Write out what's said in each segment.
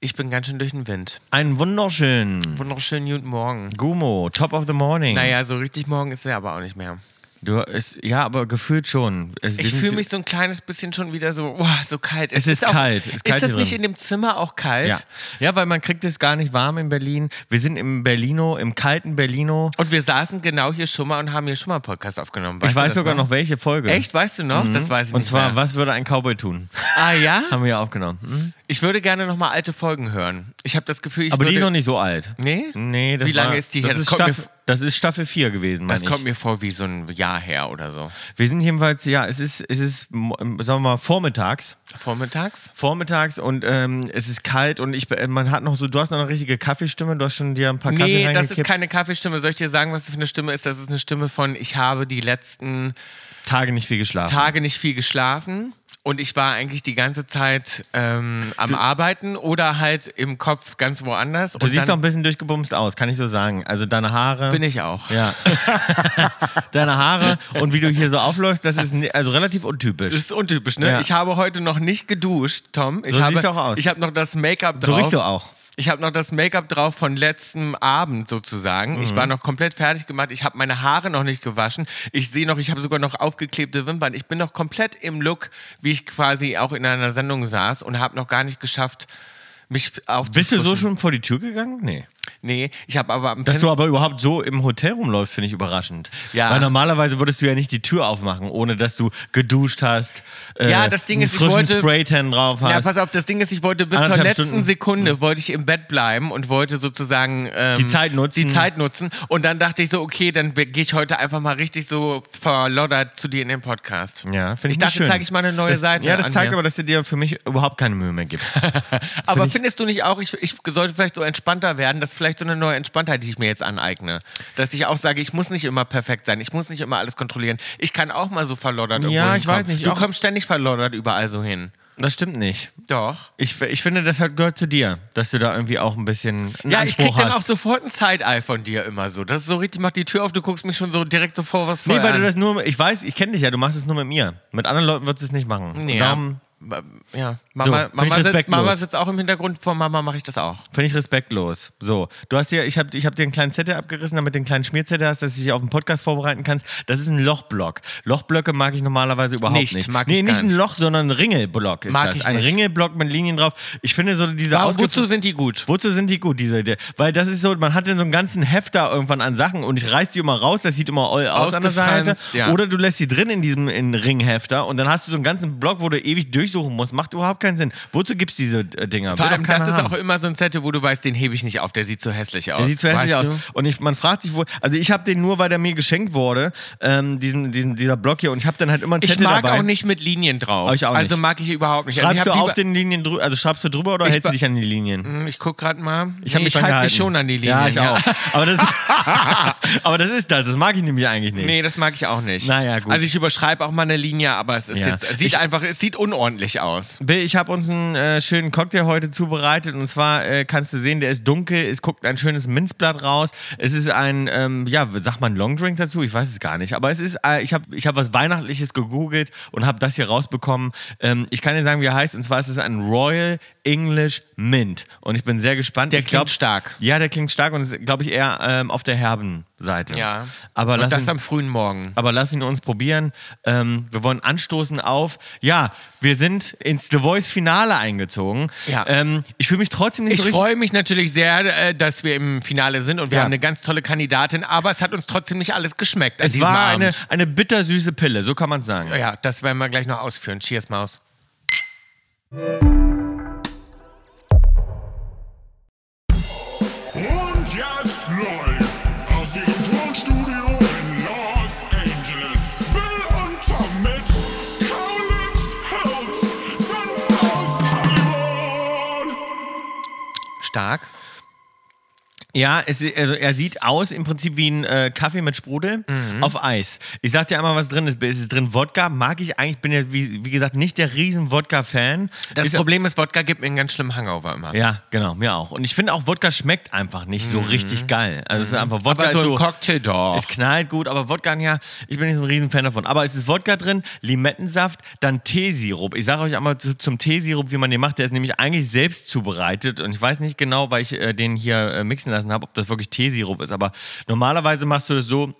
Ich bin ganz schön durch den Wind. Einen wunderschönen Wunderschönen guten Morgen. Gumo, Top of the Morning. Naja, so richtig morgen ist er aber auch nicht mehr. Du ist, ja, aber gefühlt schon. Es- wir Ich sind- fühle mich so ein kleines bisschen schon wieder so, boah, so kalt. Es ist kalt, Auch, es ist ist kalt das hier nicht drin. in dem Zimmer auch kalt? Ja. ja, weil man kriegt es gar nicht warm in Berlin. Wir sind im Berlino, im kalten Berlino. Und wir saßen genau hier schon mal und haben hier schon mal einen Podcast aufgenommen. Ich Weißt du weiß das sogar noch? noch, welche Folge. Echt, weißt du noch? Das weiß ich Und nicht zwar, mehr. was würde ein Cowboy tun? Ah ja? Haben wir ja aufgenommen. Hm? Ich würde gerne nochmal alte Folgen hören. Ich habe das Gefühl, ich Aber würde, die ist noch nicht so alt. Nee? Nee, das Wie lange war, ist die das her? Das Ist kommt mir Staffel, das ist Staffel 4 gewesen, meine das ich. kommt mir vor wie so ein Jahr her oder so. Wir sind jedenfalls, ja, es ist, es ist, mo- sagen wir mal, vormittags. Vormittags? Vormittags und ähm, es ist kalt und ich, äh, man hat noch so, du hast noch eine richtige Kaffeestimme, du hast schon dir ein paar Kaffee Nee, das ist reingekippt. keine Kaffeestimme. Soll ich dir sagen, was das für eine Stimme ist? Das ist eine Stimme von, ich habe die letzten Tage nicht viel geschlafen. Tage nicht viel geschlafen und ich war eigentlich die ganze Zeit ähm, am Arbeiten oder halt im Kopf ganz woanders. du und siehst doch dann ein bisschen durchgebumst aus, kann ich so sagen. Also deine Haare. bin ich auch. ja. deine Haare und wie du hier so aufläufst, das ist ni- also relativ untypisch. Das ist untypisch, ne? Ja. Ich habe heute noch nicht geduscht, Tom. Ich So habe, siehst du auch aus. Ich habe noch das Make-up drauf. so riechst du auch. Ich habe noch das Make-up drauf von letztem Abend sozusagen. Mhm. Ich war noch komplett fertig gemacht. Ich habe meine Haare noch nicht gewaschen. Ich sehe noch, ich habe sogar noch aufgeklebte Wimpern. Ich bin noch komplett im Look, wie ich quasi auch in einer Sendung saß und habe noch gar nicht geschafft, mich auf Bist du so schon vor die Tür gegangen? Nee. Nee, ich habe aber am Dass du Fenster- aber überhaupt so im Hotel rumläufst, finde ich überraschend. Ja. Weil normalerweise würdest du ja nicht die Tür aufmachen, ohne dass du geduscht hast. Äh, Ja, das Ding einen ist, ich frischen wollte- Spraytan drauf ja, hast. pass auf, das Ding ist, ich wollte bis zur Anderthalb letzten Stunden. Hm. Sekunde wollte ich im Bett bleiben und wollte sozusagen ähm, Die Zeit nutzen. die Zeit nutzen. Und dann dachte ich so, okay, dann gehe ich heute einfach mal richtig so verloddert zu dir in den Podcast. ja, finde ich ich dachte, schön. zeige ich mal eine neue das, Seite. Ja, das an zeigt mir. aber, dass du dir für mich überhaupt keine Mühe mehr gibst. Aber Find ich- findest du nicht auch, ich, ich sollte vielleicht so entspannter werden, das ist vielleicht so eine neue Entspanntheit, die ich mir jetzt aneigne. Dass ich auch sage, ich muss nicht immer perfekt sein, ich muss nicht immer alles kontrollieren. Ich kann auch mal so verloddert irgendwo Ja, ich hinkommen. weiß nicht, Du auch- kommst ständig verloddert überall so hin. Das stimmt nicht. Doch. Ich, ich finde, das halt gehört zu dir, dass du da irgendwie auch ein bisschen einen Ja, ich Anspruch krieg dann hast. auch sofort ein Side-Eye von dir immer so. Das ist so richtig, mach die Tür auf, du guckst mich schon so direkt so vor, was Nee, voll weil du an. das nur, ich weiß, ich kenne dich ja, du machst es nur mit mir. Mit anderen Leuten würdest du es nicht machen. Nee, ja. Darum ja. Mama, find ich Mama, sitzt, respektlos. Mama sitzt auch im Hintergrund, vor Mama mache ich das auch. Finde ich respektlos. So, du hast dir, ich habe ich hab dir einen kleinen Zettel abgerissen, damit du einen kleinen Schmierzettel hast, dass du dich auf den Podcast vorbereiten kannst. Das ist ein Lochblock. Lochblöcke mag ich normalerweise überhaupt Nicht, nicht. mag nee, ich gar nicht ein nicht. Loch, sondern ein Ringelblock ist Mag das. ich ein nicht. Ringelblock mit Linien drauf. Ich finde so diese Warum, ausgefl- wozu sind die gut? Wozu sind die gut, diese Idee? Weil das ist so, man hat dann so einen ganzen Hefter irgendwann an Sachen und ich reiß die immer raus, das sieht immer all aus an der Seite. Ausgefranst, ja. Oder du lässt sie drin in diesem in Ringhefter und dann hast du so einen ganzen Block, wo du ewig durchsuchen musst. Macht überhaupt keinen Sinn. Wozu gibt's diese äh, Dinger? Will Vor doch allem, keiner das ist haben. auch immer so ein Zettel, wo du weißt, den hebe ich nicht auf, der sieht so hässlich aus. Der sieht so hässlich weißt aus. du? Und ich, man fragt sich, wo. Also, ich habe den nur, weil der mir geschenkt wurde, ähm, diesen, diesen, dieser Block hier. Und ich habe dann halt immer einen Ich Zettel mag dabei. auch nicht mit Linien drauf. Aber ich auch nicht. Also mag ich überhaupt nicht. Schreibst also du ich hab auf den Linien drüber? Also, schreibst du drüber oder Ich hältst du be- dich an die Linien? lieber- Ich guck gerade mal. Ich habe Nee, mich, ich dran halte mich gehalten. schon an die Linien. Ja, ich auch. Aber das, aber das ist das. Das mag ich nämlich eigentlich nicht. Nee, das mag ich auch nicht. Naja, gut. Also ich überschreibe auch mal eine Linie, aber es ist Ja. jetzt, es sieht Ich- einfach, es sieht unordentlich aus. Bill, ich habe uns einen äh, schönen Cocktail heute zubereitet und zwar äh, kannst du sehen, der ist dunkel, es guckt ein schönes Minzblatt raus. Es ist ein, ähm, ja, sagt man Longdrink dazu? Ich weiß es gar nicht. Aber es ist, äh, ich habe ich hab was Weihnachtliches gegoogelt und habe das hier rausbekommen. Ähm, ich kann dir sagen, wie er heißt und zwar ist es ein Royal English Mint und ich bin sehr gespannt. Der ich klingt stark. Ja, der klingt stark und ist, glaube ich, eher ähm, auf der herben Seite. Ja. Aber Und lass das ihn, am frühen Morgen. aber lass ihn uns probieren. Ähm, wir wollen anstoßen auf. Ja, wir sind ins The Voice Finale eingezogen. Ja. Ähm, ich fühle mich trotzdem nicht Ich so richtig. freue mich natürlich sehr, äh, dass wir im Finale sind und wir Ja. haben eine ganz tolle Kandidatin, aber es hat uns trotzdem nicht alles geschmeckt. an Es diesem war eine, Abend. eine bittersüße Pille, so kann man sagen. Ja, das werden wir gleich noch ausführen. Cheers, Maus. Und jetzt läuft aus ihrem Tonstudio in Los Angeles Bill und Tom mit Kaulitz Hills, Senf aus Hollywood. Stark. Ja, es, also er sieht aus im Prinzip wie ein äh, Kaffee mit Sprudel auf Eis. Ich sag dir einmal, was drin ist. Es ist drin Wodka, mag ich eigentlich, bin ja wie, wie gesagt nicht der riesen Wodka-Fan. Das Ist- Problem ist, Wodka gibt mir einen ganz schlimmen Hangover immer. Ja, genau, mir auch. Und ich finde auch, Wodka schmeckt einfach nicht so richtig geil. Also es ist einfach Wodka Aber ist so so, ein Cocktail doch. es knallt gut, aber Wodka, ja, ich bin nicht so ein Riesenfan davon. Aber es ist Wodka drin, Limettensaft, dann Teesirup. Ich sage euch einmal zu, zum Teesirup, wie man den macht. Der ist nämlich eigentlich selbst zubereitet und ich weiß nicht genau, weil ich äh, den hier äh, mixen lassen habe, ob das wirklich Teesirup ist. Aber normalerweise machst du das so,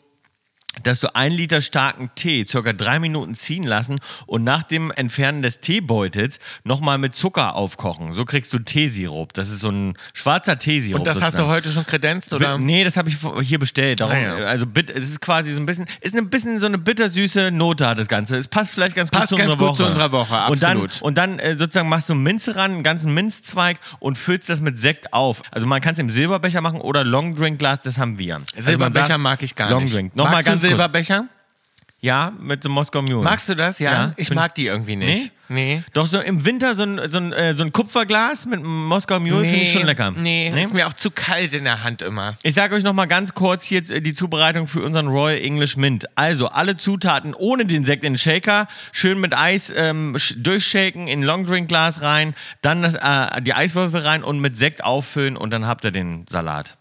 dass du einen Liter starken Tee circa drei Minuten ziehen lassen und nach dem Entfernen des Teebeutels nochmal mit Zucker aufkochen. So kriegst du Teesirup. Das ist so ein schwarzer Teesirup. Und das hast du sozusagen. heute schon kredenzt, oder? Bi- Nee, das habe ich vor- hier bestellt. Darum, Ah, ja. Also bit, es ist quasi so ein bisschen, ist ein bisschen so eine bittersüße Note hat das Ganze. Es passt vielleicht ganz Passt gut, zu, ganz unserer gut zu Woche. unserer Woche, absolut. Und dann, und dann äh, sozusagen machst du Minze ran, einen ganzen Minzzweig und füllst das mit Sekt auf. Also man kann es im Silberbecher machen oder Longdrinkglas, das haben wir. Also man Silberbecher sagt, mag ich gar nicht. Longdrink. Nochmal Magst du ganz kurz. Silberbecher? Ja, mit so Moskau Mule. Magst du das? Ja. Ja, ich bin- mag die irgendwie nicht. Nee. Doch so im Winter so ein, so ein, äh, so ein Kupferglas mit einem Moskau Mule finde ich schon lecker. Nee, ist mir auch zu kalt in der Hand immer. Ich sage euch nochmal ganz kurz hier die Zubereitung für unseren Royal English Mint. Also alle Zutaten ohne den Sekt in den Shaker, schön mit Eis ähm, sch- durchshaken, in ein Longdrinkglas rein, dann das, äh, die Eiswürfel rein und mit Sekt auffüllen und dann habt ihr den Salat.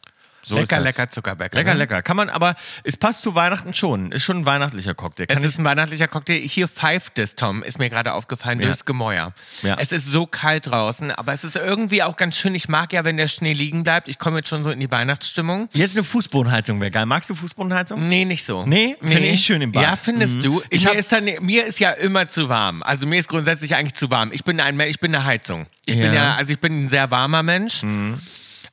So lecker, ist das. lecker Zuckerbäcker. Lecker, ne? lecker. Kann man, aber es passt zu Weihnachten schon. Ist schon ein weihnachtlicher Cocktail. Kann Es ist ein weihnachtlicher Cocktail. Hier pfeift es, Tom, ist mir gerade aufgefallen, durchs Gemäuer. Ja. Es ist so kalt draußen, aber es ist irgendwie auch ganz schön. Ich mag ja, wenn der Schnee liegen bleibt. Ich komme jetzt schon so in die Weihnachtsstimmung. ich, jetzt eine Fußbodenheizung wäre geil. Magst du Fußbodenheizung? Nee, nicht so. Nee? Finde ich schön im Bad. Mhm. Ja, findest du? Ich Ich hab- mir, ist dann, mir ist ja immer zu warm. Also mir ist grundsätzlich eigentlich zu warm. Ich bin ein ich bin eine Heizung. Ich bin Ja. Mhm. ja, also ich bin ein sehr warmer Mensch.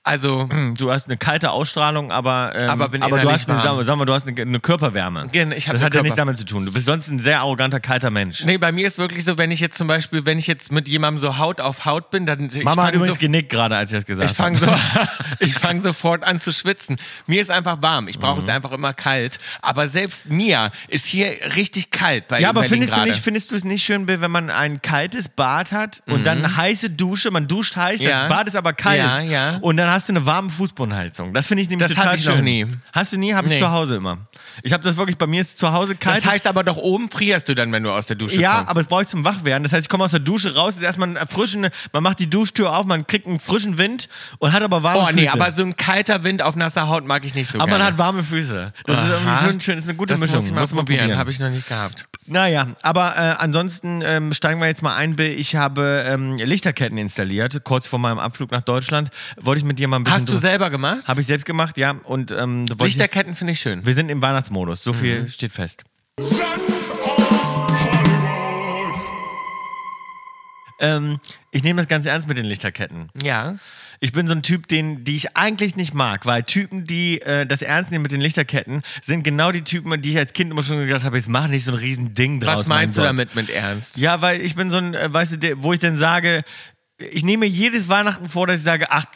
Also Du hast eine kalte Ausstrahlung, aber, ähm, Aber bin aber du innerlich hast eine, warm. sag mal- sag mal, du hast eine, eine Körperwärme. Gen- ich hab das eine hat ja nichts Körper- damit zu tun. Du bist sonst ein sehr arroganter, kalter Mensch. Nee, bei mir ist wirklich so, wenn ich jetzt zum Beispiel, wenn ich jetzt mit jemandem so Haut auf Haut bin, dann ich Mama hat fang übrigens so, genickt gerade, als ich das gesagt ich fange habe. so, ich fang sofort an zu schwitzen. Mir ist einfach warm. Ich brauche es Mhm. einfach immer kalt. Aber selbst mir ist hier richtig kalt. Bei ja, aber Berlin findest du, gerade. nicht, findest du es nicht schön, Bill, wenn man ein kaltes Bad hat und dann eine heiße Dusche, man duscht heiß, Mhm. Ja. das Bad ist aber kalt Ja, ja. und dann hast du eine warme Fußbodenheizung. Das finde ich nämlich Das total hab ich schön. noch nie. Hast du nie? Habe ich Nee. zu Hause immer. Ich habe das wirklich, bei mir ist zu Hause kalt. Das heißt aber doch, oben frierst du dann, wenn du aus der Dusche Ja, kommst. aber es brauche ich zum Wachwerden. Das heißt, ich komme aus der Dusche raus, ist erstmal ein erfrischende, man macht die Duschtür auf, man kriegt einen frischen Wind und hat aber warme Oh Füße. nee, aber so ein kalter Wind auf nasser Haut mag ich nicht so Aber man gerne. hat warme Füße. Das ist irgendwie Aha. schon schön, das ist eine gute das Mischung. muss ich mal probieren. Habe ich noch nicht gehabt. Naja, aber äh, ansonsten ähm, steigen wir jetzt mal ein, Bill. Ich habe ähm, Lichterketten installiert, kurz vor meinem Abflug nach Deutschland. Wollte ich mit dir mal ein bisschen... Hast du selber gemacht? Habe ich selbst gemacht, ja. Und ähm, da wollte ich, Lichterketten finde ich schön. wir sind im Weihnachtsmodus, so Mhm. viel steht fest. Senf aus Hollywood. Ähm, ich nehme das ganz ernst mit den Lichterketten. Ja. Ich bin so ein Typ, den, die ich eigentlich nicht mag, weil Typen, die äh, das ernst nehmen mit den Lichterketten, sind genau die Typen, die ich als Kind immer schon gedacht habe, jetzt mach nicht so ein riesen Ding draus. Was meinst du mein Gott. damit mit Ernst? Ja, weil ich bin so ein, äh, weißt du, der, wo ich dann sage, ich nehme jedes Weihnachten vor, dass ich sage, ach,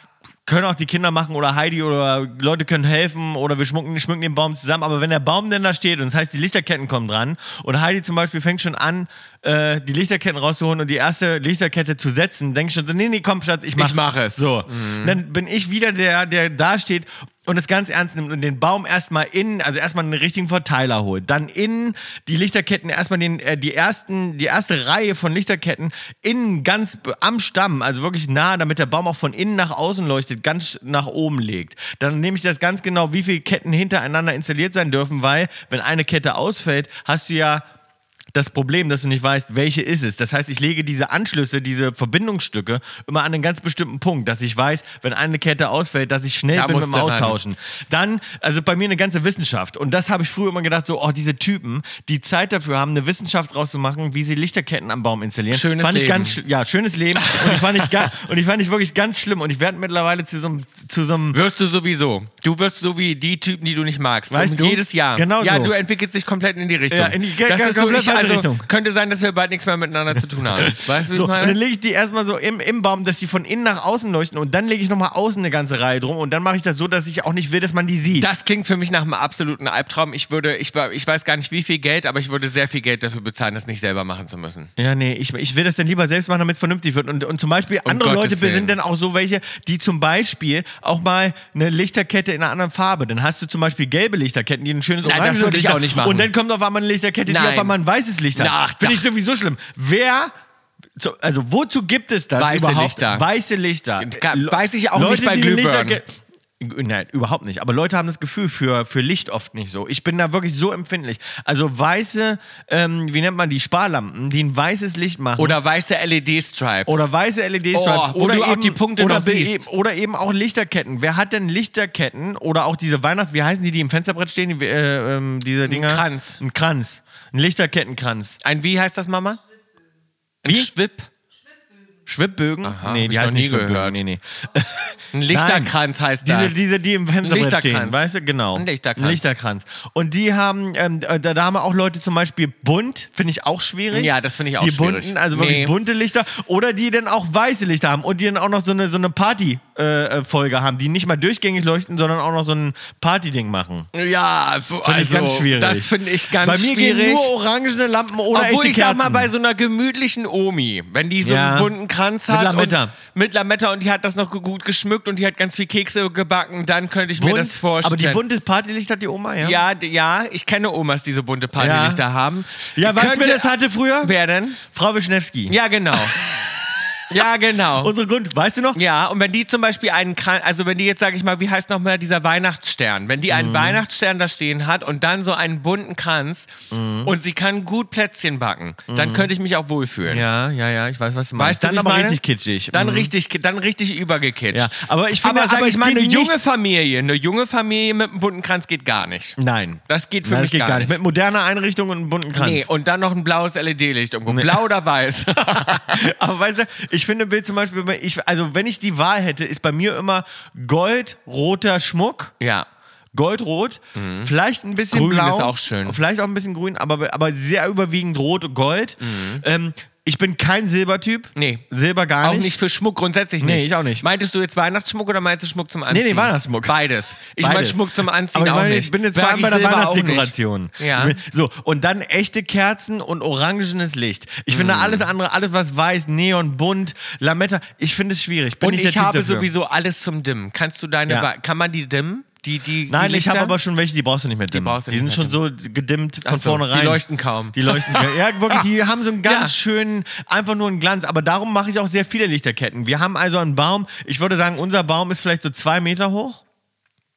können auch die Kinder machen oder Heidi oder Leute können helfen oder wir schmücken, schmücken den Baum zusammen. Aber wenn der Baum denn da steht und das heißt, die Lichterketten kommen dran und Heidi zum Beispiel fängt schon an, äh, die Lichterketten rauszuholen und die erste Lichterkette zu setzen, denke ich schon so, nee, nee, komm, Schatz, ich mach, Ich mach es. So, Mhm. dann bin ich wieder der, der da steht und es ganz ernst nimmt und den Baum erstmal innen, also erstmal einen richtigen Verteiler holt, dann innen die Lichterketten, erstmal den, äh, die ersten, die erste Reihe von Lichterketten innen ganz b- am Stamm, also wirklich nah, damit der Baum auch von innen nach außen leuchtet, ganz nach oben legt. Dann nehme ich das ganz genau, wie viele Ketten hintereinander installiert sein dürfen, weil wenn eine Kette ausfällt, hast du ja das Problem, dass du nicht weißt, welche ist es. Das heißt, ich lege diese Anschlüsse, diese Verbindungsstücke immer an einen ganz bestimmten Punkt, dass ich weiß, wenn eine Kette ausfällt, dass ich schnell Da bin mit dem musst du ran. Austauschen. Dann, also bei mir eine ganze Wissenschaft. Und das habe ich früher immer gedacht, so, oh, diese Typen, die Zeit dafür haben, eine Wissenschaft rauszumachen, wie sie Lichterketten am Baum installieren. Schönes fand Ich Leben. ganz, sch- ja, schönes Leben. Und ich fand ich, ga- und ich fand ich wirklich ganz schlimm. Und ich werde mittlerweile zu so einem, zu so einem Wirst du sowieso. Du wirst so wie die Typen, die du nicht magst. Weißt Und du? Jedes Jahr. Genau ja, so. du entwickelst dich komplett in die Richtung. Ja, in die- das ist so, komplett ich, falsche also die Richtung. Könnte sein, dass wir bald nichts mehr miteinander zu tun haben. Weißt du, wie So, ich und dann meine? lege ich die erstmal so im, im Baum, dass die von innen nach außen leuchten und dann lege ich nochmal außen eine ganze Reihe drum und dann mache ich das so, dass ich auch nicht will, dass man die sieht. Das klingt für mich nach einem absoluten Albtraum. Ich würde, ich, wa- ich weiß gar nicht, wie viel Geld, aber ich würde sehr viel Geld dafür bezahlen, das nicht selber machen zu müssen. ja, nee, ich, ich will das dann lieber selbst machen, damit es vernünftig wird. Und, und zum Beispiel andere Um Gottes Leute Willen. sind dann auch so welche, die zum Beispiel auch mal eine Lichterkette in einer anderen Farbe. Dann hast du zum Beispiel gelbe Lichterketten, die ein schönes Nein, das oranges würde ich Licht auch haben. nicht machen. Und dann kommt auf einmal eine Lichterkette, die Nein. auf einmal ein weißes Licht hat. Na, ach, Finde ich doch. sowieso schlimm. Wer... zu- Also wozu gibt es das Weiße überhaupt? Lichter. Weiße Lichter. Ka- weiß ich auch nicht bei die Glühbirnen. Lichterke- Nein, überhaupt nicht. Aber Leute haben das Gefühl für, für Licht oft nicht so. Ich bin da wirklich so empfindlich. Also weiße, ähm, wie nennt man die, Sparlampen, die ein weißes Licht machen. Oder weiße E LED-Stripes. Oder weiße LED-Stripes. Oh, wo du auch die Punkte oder, noch be- siehst. oder eben auch Lichterketten. Wer hat denn Lichterketten oder auch diese Weihnachts-, wie heißen die, die im Fensterbrett stehen, die, äh, ähm, diese Dinger? Kranz. Ein Kranz. Ein Lichterkettenkranz. Ein, wie heißt das, Mama? Ein Wie? Schwipp. Schwibbögen? Aha, nee, hab die ich noch heißen nicht nie Schwibbögen. gehört. Nee, nee. Ein Lichterkranz heißt Diese, das. diese, die im Fensterbrett Lichterkranz. stehen, weißt du, genau. Ein Lichterkranz. Ein Lichterkranz. Und die haben, ähm, da, da haben auch Leute zum Beispiel bunt, finde ich auch schwierig. Ja, das finde ich auch die schwierig. bunten, also wirklich Nee. bunte Lichter. Oder die dann auch weiße Lichter haben und die dann auch noch so eine, so eine Party-Folge äh, Folge haben, die nicht mal durchgängig leuchten, sondern auch noch so ein Party-Ding machen. ja, so, Finde also, ich ganz schwierig. das finde ich ganz Bei mir schwierig. gehen nur orangene Lampen oder Obwohl echte ich Kerzen. sag mal, bei so einer gemütlichen Omi, wenn die so Ja. einen bunten Kranz Mit hat Lametta. und mit Lametta und die hat das noch ge- gut geschmückt und die hat ganz viel Kekse gebacken, dann könnte ich mir Bunt, das vorstellen. Aber die bunte Partylicht hat die Oma, ja? ja, d- ja, ich kenne Omas, die so bunte Partylichter Ja. haben. Ja, weißt du, wer das hatte früher? Wer denn? Frau Wischnewski. Ja, genau. ja, genau. Unsere Grund, weißt du noch? ja, und wenn die zum Beispiel einen Kranz, also wenn die jetzt, sage ich mal, wie heißt nochmal dieser Weihnachtsstern, wenn die Mhm. einen Weihnachtsstern da stehen hat und dann so einen bunten Kranz Mhm. und sie kann gut Plätzchen backen, dann könnte ich mich auch wohlfühlen. Ja, ja, ja, ich weiß, was du Weißt meinst. du, wie dann ich aber meine? richtig kitschig. Dann Mhm. richtig, dann richtig übergekitscht. Ja, aber ich aber, finde, aber sag es ich mal, geht eine junge nichts- Familie, eine junge Familie mit einem bunten Kranz geht gar nicht. Nein. Das geht für Nein, mich gar nicht. Mit moderner Einrichtung und einem bunten Kranz. Nee, und dann noch ein blaues LED-Licht irgendwo. Blau oder weiß? aber weißt du, ich finde Bild zum Beispiel, bei- ich, also wenn ich die Wahl hätte, ist bei mir immer goldroter Schmuck. ja. Goldrot, vielleicht ein bisschen Grün blau. ist auch schön. Vielleicht auch ein bisschen grün, aber, aber sehr überwiegend rot und gold. Ähm, ich bin kein Silbertyp. Nee. Silber gar Auch nicht. nicht für Schmuck, grundsätzlich Nee, nicht. ich auch nicht. Meintest du jetzt Weihnachtsschmuck oder meinst du Schmuck zum Anziehen? Nee, nee, Weihnachtsschmuck. Beides. Ich meine Beides. Schmuck zum Anziehen ich auch meine, nicht. Ich bin jetzt vor Berg allem bei der Silber auch nicht. Weihnachtsdekoration. Ja. So, und dann echte Kerzen und orangenes Licht. Ich finde alles andere, alles was weiß, Neon, bunt, Lametta, ich finde es schwierig. Bin Und nicht der ich Typ habe dafür. sowieso alles zum Dimmen. Kannst du deine, Ja. Wa- kann man die dimmen? Die, die, Nein, die ich habe Lichter? aber schon welche, die brauchst du nicht mehr dimmen. brauchst du die sind nicht schon mehr so gedimmt Ach von so, vornherein. Die leuchten kaum. Die leuchten. ja, wirklich, die haben so einen ganz Ja. schönen, einfach nur einen Glanz. Aber darum mache ich auch sehr viele Lichterketten. Wir haben also einen Baum, ich würde sagen, unser Baum ist vielleicht so zwei Meter hoch.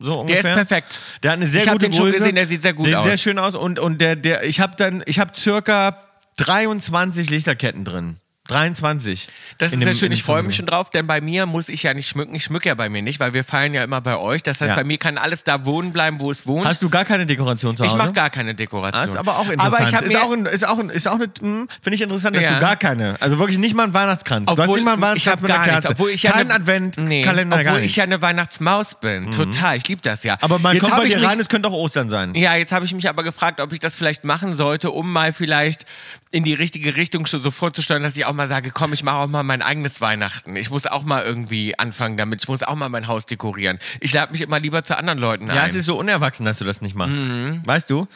So Der ungefähr. ist perfekt. Der hat eine sehr Ich hab gute den schon Größe. gesehen, der sieht sehr gut der aus. Sieht sehr schön aus und, und der, der, ich habe dann, ich habe circa 23 Lichterketten drin. 23. Das In ist dem- sehr schön, in ich dem freue Zimmer. mich schon drauf, denn bei mir muss ich ja nicht schmücken. Ich schmücke ja bei mir nicht, weil wir feiern ja immer bei euch. Das heißt, Ja. bei mir kann alles da wohnen bleiben, wo es wohnt. Hast du gar keine Dekoration zu Hause? ich mache gar keine Dekoration. Das ist aber auch interessant. Aber ich habe ist, mir auch ein, ist auch ein, ist auch eine, hm, finde ich interessant, dass Ja. du gar keine, also wirklich nicht mal einen Weihnachtskranz. du hast obwohl nicht mal einen ich hab Weihnachtskranz mit gar einer nichts, Kerze. obwohl ich ja Kein eine- Advent, nee, Kalender, gar obwohl nichts. Mhm. ich ja eine Weihnachtsmaus bin. Total, ich liebe das ja. aber man Jetzt kommt hab bei ich dir mich- rein, es könnte auch Ostern sein. Ja, jetzt habe ich mich aber gefragt, ob ich das vielleicht machen sollte, um mal vielleicht in die richtige Richtung schon so vorzustellen, dass ich auch mal sage, komm, ich mache auch mal mein eigenes Weihnachten. Ich muss auch mal irgendwie anfangen damit. Ich muss auch mal mein Haus dekorieren. Ich lade mich immer lieber zu anderen Leuten ein. Ja, es ist so unerwachsen, dass du das nicht machst. Mhm. Weißt du?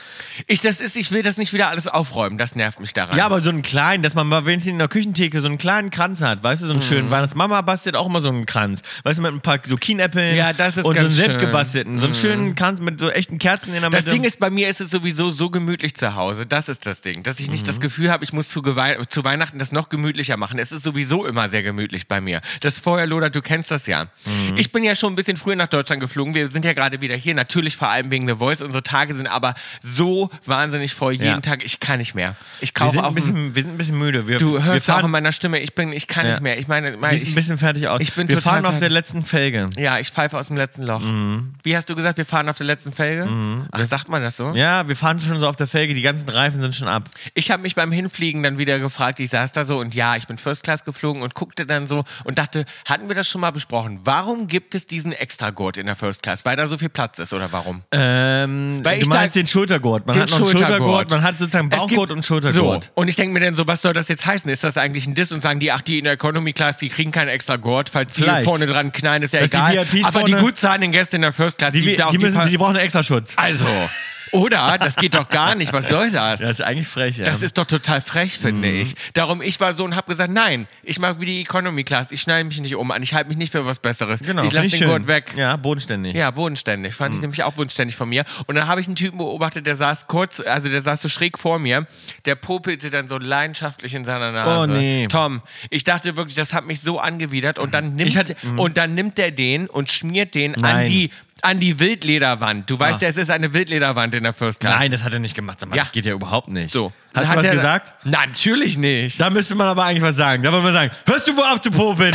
ich, das ist, ich will das nicht wieder alles aufräumen. Das nervt mich daran. Ja, aber so einen kleinen, dass man mal wenigstens in der Küchentheke so einen kleinen Kranz hat, weißt du, so einen Mhm. schönen Weihnachts. Mama bastelt auch immer so einen Kranz, weißt du, mit ein paar so Kienäppeln Ja, das ist und ganz so schön. einen Mhm. selbstgebastelten, so einen schönen Kranz mit so echten Kerzen in der das Mitte. Ding ist, bei mir ist es sowieso so gemütlich zu Hause. Das ist das Ding. Dass ich nicht Mhm. das Gefühl habe, ich muss zu, Gewei- zu Weihnachten das noch gemütlicher machen. Es ist sowieso immer sehr gemütlich bei mir. Das Feuerloder, du kennst das ja. Mhm. Ich bin ja schon ein bisschen früher nach Deutschland geflogen. Wir sind ja gerade wieder hier. Natürlich vor allem wegen The Voice. Unsere Tage sind aber so wahnsinnig voll. Jeden Ja. Tag, ich kann nicht mehr. Ich wir kaufe sind, auch. ein bisschen, wir sind ein bisschen müde. Wir, du wir hörst auch fahren in meiner Stimme, ich bin, ich kann Ja. nicht mehr. Ich meine, mein, Siehst ein ich, bisschen fertig aus. ich bin wir total fahren auf fertig. der letzten Felge. ja, ich pfeife aus dem letzten Loch. Mhm. Wie hast du gesagt, wir fahren auf der letzten Felge? Ach, sagt man das so? Ja, wir fahren schon so auf der Felge, die ganzen Reifen sind schon ab. Ich habe mich beim Hinfliegen dann wieder gefragt, ich saß da so und und ja, ich bin First Class geflogen und guckte dann so und dachte, hatten wir das schon mal besprochen? Warum gibt es diesen Extragurt in der First Class? Weil da so viel Platz ist oder warum? Ähm, Weil ich du meinst da- den Schultergurt. Man Den hat noch einen Schultergurt. Schultergurt. man hat sozusagen Es Bauchgurt gibt- und Schultergurt. So. Und ich denke mir dann so, was soll das jetzt heißen? Ist das eigentlich ein Diss und sagen die, ach, die in der Economy Class, die kriegen keinen extra Gurt, falls die Vielleicht. vorne dran knallen, ist ja Dass die egal. VIPs Aber die vorne- gut zahlenden Gäste in der First Class, Die, die, die, da auf die, müssen, Pa- die brauchen einen Extraschutz. Also, oder? Das geht doch gar nicht. Was soll das? Das ist eigentlich frech, ja. Mhm. Das ist doch total frech, finde ich. Darum, ich war so und habe gesagt, nein, ich mache wie die Economy Class. Ich schneide mich nicht um an. Ich halte mich nicht für was Besseres. genau, ich lasse finde den schön. Gurt weg. Ja, Mhm. bodenständig. Ja, bodenständig. Fand ich nämlich auch bodenständig von mir. Und dann habe ich einen Typen beobachtet, der saß kurz, also der saß so schräg vor mir. Der popelte dann so leidenschaftlich in seiner Nase. Oh, nee. Mhm. Tom, ich dachte wirklich, das hat mich so angewidert. Und dann nimmt, Ich hatte- und dann nimmt er den und schmiert den an Nein. die, an die Wildlederwand. Du weißt Ah. ja, es ist eine Wildlederwand in der First Class. Nein, das hat er nicht gemacht. Sag mal, Ja. Das geht ja überhaupt nicht. So. Hast Dann du hat was er- gesagt? Na, natürlich nicht. Da müsste man aber eigentlich was sagen. Da wollte man sagen, hörst du wo auf, du Popel?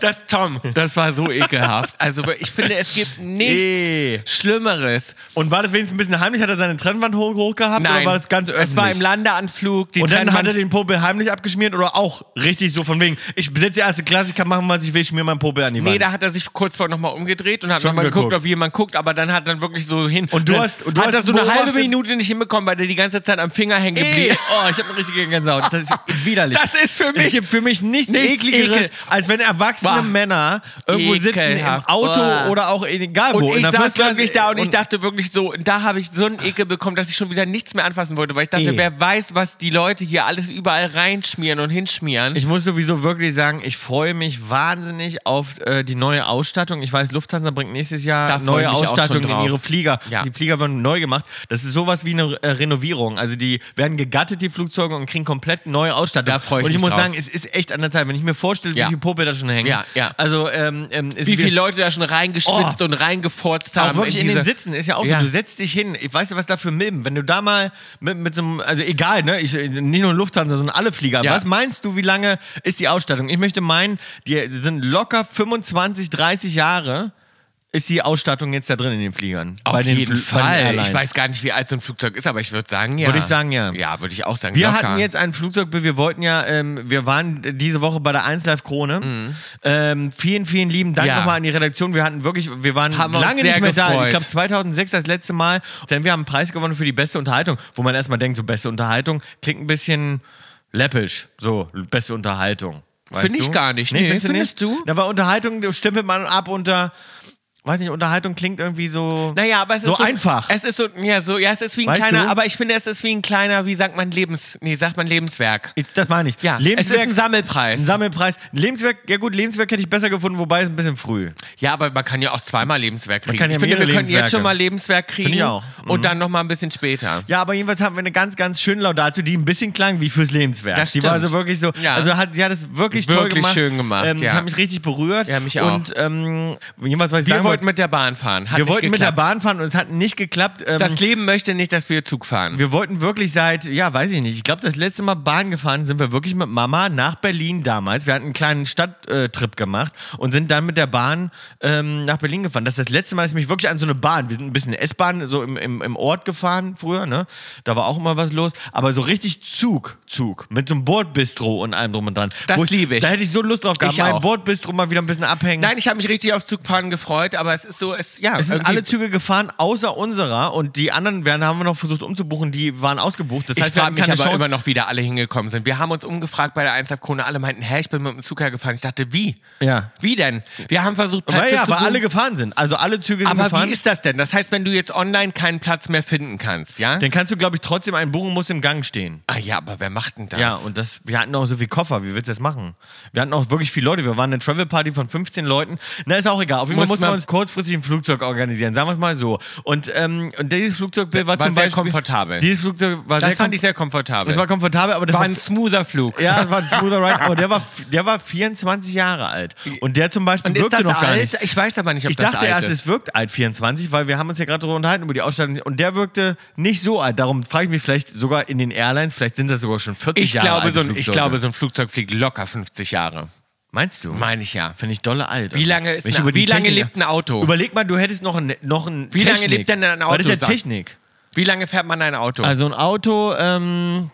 Das Tom, das war so ekelhaft. Also ich finde, es gibt nichts Nee. Schlimmeres. Und war das wenigstens ein bisschen heimlich? Hat er seine Trennwand hoch, hochgehabt Nein, oder war das ganz öffentlich? es war im Landeanflug. Die und dann hat Trennwand- er den Popel heimlich abgeschmiert oder auch richtig so von wegen, ich besetze die erste Klasse, ich kann machen, was ich will, ich schmier meinen Popel an die Wand. Nee, da hat er sich kurz vor nochmal umgedreht und hat Schon nochmal geguckt, geguckt. ob jemand guckt, aber dann hat er wirklich so hin. Und du dann hast- und du hat hast er so eine halbe beobachtet- Minute nicht hinbekommen, weil er die ganze Zeit am Finger hängen Ey, geblieben oh, ich habe eine richtige Gänsehaut. Das ist widerlich. Das ist für Es mich gibt für mich nichts, nichts ekligeres, Ekel. als wenn erwachsene Bah. Männer irgendwo sitzen im Ekelhaft. Auto Boah. oder auch in- egal wo. Und in ich der saß First Class- wirklich da und, ich dachte wirklich so, und da habe ich so einen Ekel bekommen, dass ich schon wieder nichts mehr anfassen wollte, weil ich dachte, Eh. wer weiß, was die Leute hier alles überall reinschmieren und hinschmieren. Ich muss sowieso wirklich sagen, ich freue mich wahnsinnig auf äh, die neue Ausstattung. Ich weiß, Lufthansa bringt nächstes Jahr Da freu ich neue mich auch schon Ausstattung in drauf. ihre Flieger. Ja. Die Flieger werden neu gemacht. Das ist sowas wie eine äh, Renovierung. Also die werden gegattet, die Flugzeuge, und kriegen komplett neue Ausstattung. Da freu ich und ich mich muss drauf. sagen, es ist echt an der Zeit, wenn ich mir vorstelle, Ja. wie viel Popel da schon hängen. Ja, ja. Also ähm, ähm, es wie ist viele Leute da schon reingeschwitzt Oh. und reingeforzt auch haben. wirklich in, den diese- Sitzen ist ja auch Ja. so, du setzt dich hin. Ich weiß ja, was da für Milben. Wenn du da mal mit, mit so einem, also egal, ne? Ich, nicht nur Lufthansa, sondern alle Flieger. Ja. Was meinst du, wie lange ist die Ausstattung? Ich möchte meinen, die sind locker 25, 30 Jahre ist die Ausstattung jetzt da drin in den Fliegern. Auf Bei den jeden Fl- bei den Fall. Airlines. Ich weiß gar nicht, wie alt so ein Flugzeug ist, aber ich würde sagen, ja. Würde ich sagen, ja. Ja, würde ich auch sagen. Wir locker. hatten jetzt ein Flugzeug, wir wollten ja, ähm, wir waren diese Woche bei der 1 Live Krone. Ähm, vielen, vielen lieben Dank Mhm. Ja. nochmal an die Redaktion. Wir hatten wirklich, wir waren Haben wir uns lange sehr nicht mehr da. gefreut. Ich glaube 2006 das letzte Mal. Denn wir haben einen Preis gewonnen für die beste Unterhaltung, wo man erstmal denkt, so beste Unterhaltung klingt ein bisschen läppisch. So, beste Unterhaltung. weißt Finde ich du? gar nicht. Nee, findest findest du? du? nicht? Na, aber Unterhaltung stempelt man ab unter, weiß nicht, Unterhaltung klingt irgendwie so. Naja, aber es so ist so einfach. Es ist so, ja, so, ja, es ist wie ein Weißt kleiner, du? aber ich finde, es ist wie ein kleiner, wie sagt man, Lebens, nee, sagt man Lebenswerk. Ich- das meine ich. Ja, es ist ein Sammelpreis. Ein Sammelpreis. Ein Lebenswerk, ja gut, Lebenswerk hätte ich besser gefunden, wobei ist ein bisschen früh. ja, aber man kann ja auch zweimal Lebenswerk kriegen. kann ja ich finde, wir mehrere können jetzt Lebenswerke. schon mal Lebenswerk kriegen ich auch. Mhm. und dann noch mal ein bisschen später. Ja, aber jedenfalls hatten wir eine ganz, ganz schöne Laudatio, die ein bisschen klang wie fürs Lebenswerk. Das die war stimmt. also wirklich so, Ja. also hat, sie hat es wirklich, toll Wirklich gemacht. schön gemacht, Ähm, Das ja. hat mich richtig berührt. Ja, mich auch. Und ähm, jedenfalls, was ich Wir sagen wollten wollte, mit der Bahn fahren. Hat wir nicht wollten mit der geklappt. Bahn fahren und es hat nicht geklappt. Ähm, Das Leben möchte nicht, dass wir Zug fahren. wir wollten wirklich seit, ja, weiß ich nicht, ich glaube, das letzte Mal Bahn gefahren sind wir wirklich mit Mama nach Berlin damals. Wir hatten einen kleinen Stadttrip gemacht und sind dann mit der Bahn ähm, nach Berlin gefahren. Das ist das letzte Mal, dass ich mich wirklich an so eine Bahn, wir sind ein bisschen S-Bahn so im, im, im Ort gefahren früher, ne? Da war auch immer was los, aber so richtig Zug, Zug, mit so einem Bordbistro und allem drum und dran. Das Wo liebe ich. Da hätte ich so Lust drauf gehabt, Ich mein auch. Bordbistro mal wieder ein bisschen abhängen. Nein, ich habe mich richtig aufs Zugfahren gefreut, aber es ist so, es, ja, Es sind irgendwie- alle Züge gefahren, außer unserer. Und die anderen werden, haben wir noch versucht umzubuchen, die waren ausgebucht. Das Ich heißt, wir frage hatten mich keine aber Chance. immer noch, wie da alle hingekommen sind. Wir haben uns umgefragt bei der 1 Krone. Alle meinten, hä, ich bin mit dem Zug hergefahren. Ich dachte, wie? Ja. Wie denn? Wir haben versucht, Aber Plätze ja, zu weil buchen. alle gefahren sind. Also alle Züge sind aber gefahren. wie ist das denn? Das heißt, wenn du jetzt online keinen Platz mehr finden kannst, ja? dann kannst du, glaube ich, trotzdem einen buchen, muss im Gang stehen. ah ja, aber wer macht denn das? Ja, und das, wir hatten auch so viel Koffer. Wie willst du das machen? Wir hatten auch wirklich viele Leute. Wir waren eine Travel-Party von 15 Leuten. Na, ist auch egal. Auf jeden Fall Muss mussten wir man- uns kurzfristig ein Flugzeug organisieren. Sagen wir es mal so. Und, ähm, und dieses Flugzeugbild war, War zum sehr Beispiel. komfortabel. Dieses Flugzeug war das sehr fand kom- ich sehr komfortabel. Es war komfortabel, aber das War war ein smoother Flug. Ja, das war ein smoother Ride. Aber der war, der war 24 Jahre alt. Und der zum Beispiel Und ist wirkte das noch gar alt? nicht. Ich weiß aber nicht, ob Ich das dachte alt erst, ist. es wirkt alt 24, weil wir haben uns ja gerade darüber unterhalten über die Ausstattung und der wirkte nicht so alt. Darum frage ich mich vielleicht sogar in den Airlines, vielleicht sind das sogar schon 40 Ich Jahre glaube, alte so ein, ich Flugzeuge. glaube, so ein Flugzeug fliegt locker 50 Jahre. Meinst du? Meine ich ja. Finde ich dolle alt. Wie lange ist Wenn ich ein- über die wie lange Technik- lebt ein Auto? Überleg mal, du hättest noch ein noch ein Wie lange Technik. lebt denn ein Weil das ist ja Auto, sag? Technik. Wie lange fährt man ein Auto? Also ein Auto Also ähm,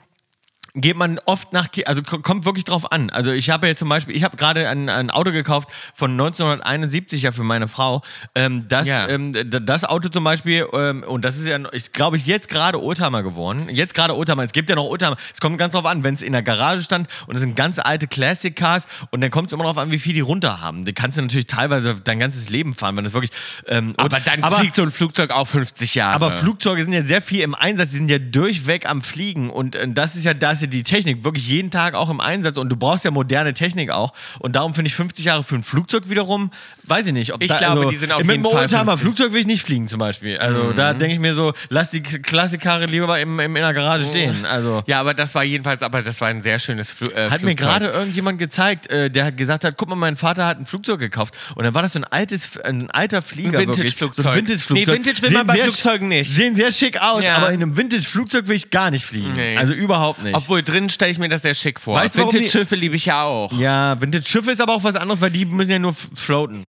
geht man oft nach, Ki- also k- kommt wirklich drauf an. Also ich habe ja zum Beispiel, ich habe gerade ein, ein Auto gekauft von 1971 ja für meine Frau. Ähm, das, Ja. ähm, d- das Auto zum Beispiel, ähm, und das ist ja, ich glaube ich, jetzt gerade Oldtimer geworden. Jetzt gerade Oldtimer. Es gibt ja noch Oldtimer. Es kommt ganz drauf an, wenn es in der Garage stand und es sind ganz alte Classic Cars und dann kommt es immer drauf an, wie viel die runter haben. Die kannst du natürlich teilweise dein ganzes Leben fahren, wenn das wirklich. Ähm, und- Aber dann fliegt so ein Flugzeug auch 50 Jahre. aber Flugzeuge sind ja sehr viel im Einsatz, die sind ja durchweg am Fliegen und äh, das ist ja, da ist ja die Technik wirklich jeden Tag auch im Einsatz und du brauchst ja moderne Technik auch und darum finde ich 50 Jahre für ein Flugzeug wiederum, weiß ich nicht, ob Ich da, also, glaube, die sind auf mit jeden einem Fall Mhm. Oldtimer 50. Flugzeug will ich nicht fliegen zum Beispiel, also da denke ich mir so, lass die K- Klassikkarre lieber im, im, in der Oh. Garage stehen, also Ja, aber das war jedenfalls, aber das war ein sehr schönes Flu äh, hat mir Flugzeug. gerade irgendjemand gezeigt, äh, der hat gesagt hat, guck mal, mein Vater hat ein Flugzeug gekauft und dann war das so ein altes, ein alter Flieger Ein wirklich, so Vintage-Flugzeug. ein Vintage-Flugzeug. Nee, Vintage will man Sehen bei sehr Flugzeugen sch- nicht. Sehen sehr schick aus, Ja. aber in einem Vintage-Flugzeug will ich gar nicht fliegen. Nee. Also überhaupt nicht. Obwohl drin stelle ich mir das sehr schick vor. Weißt du, warum die- Vintage-Schiffe liebe ich ja auch. ja, Vintage-Schiffe ist aber auch was anderes, weil die müssen ja nur f- floaten.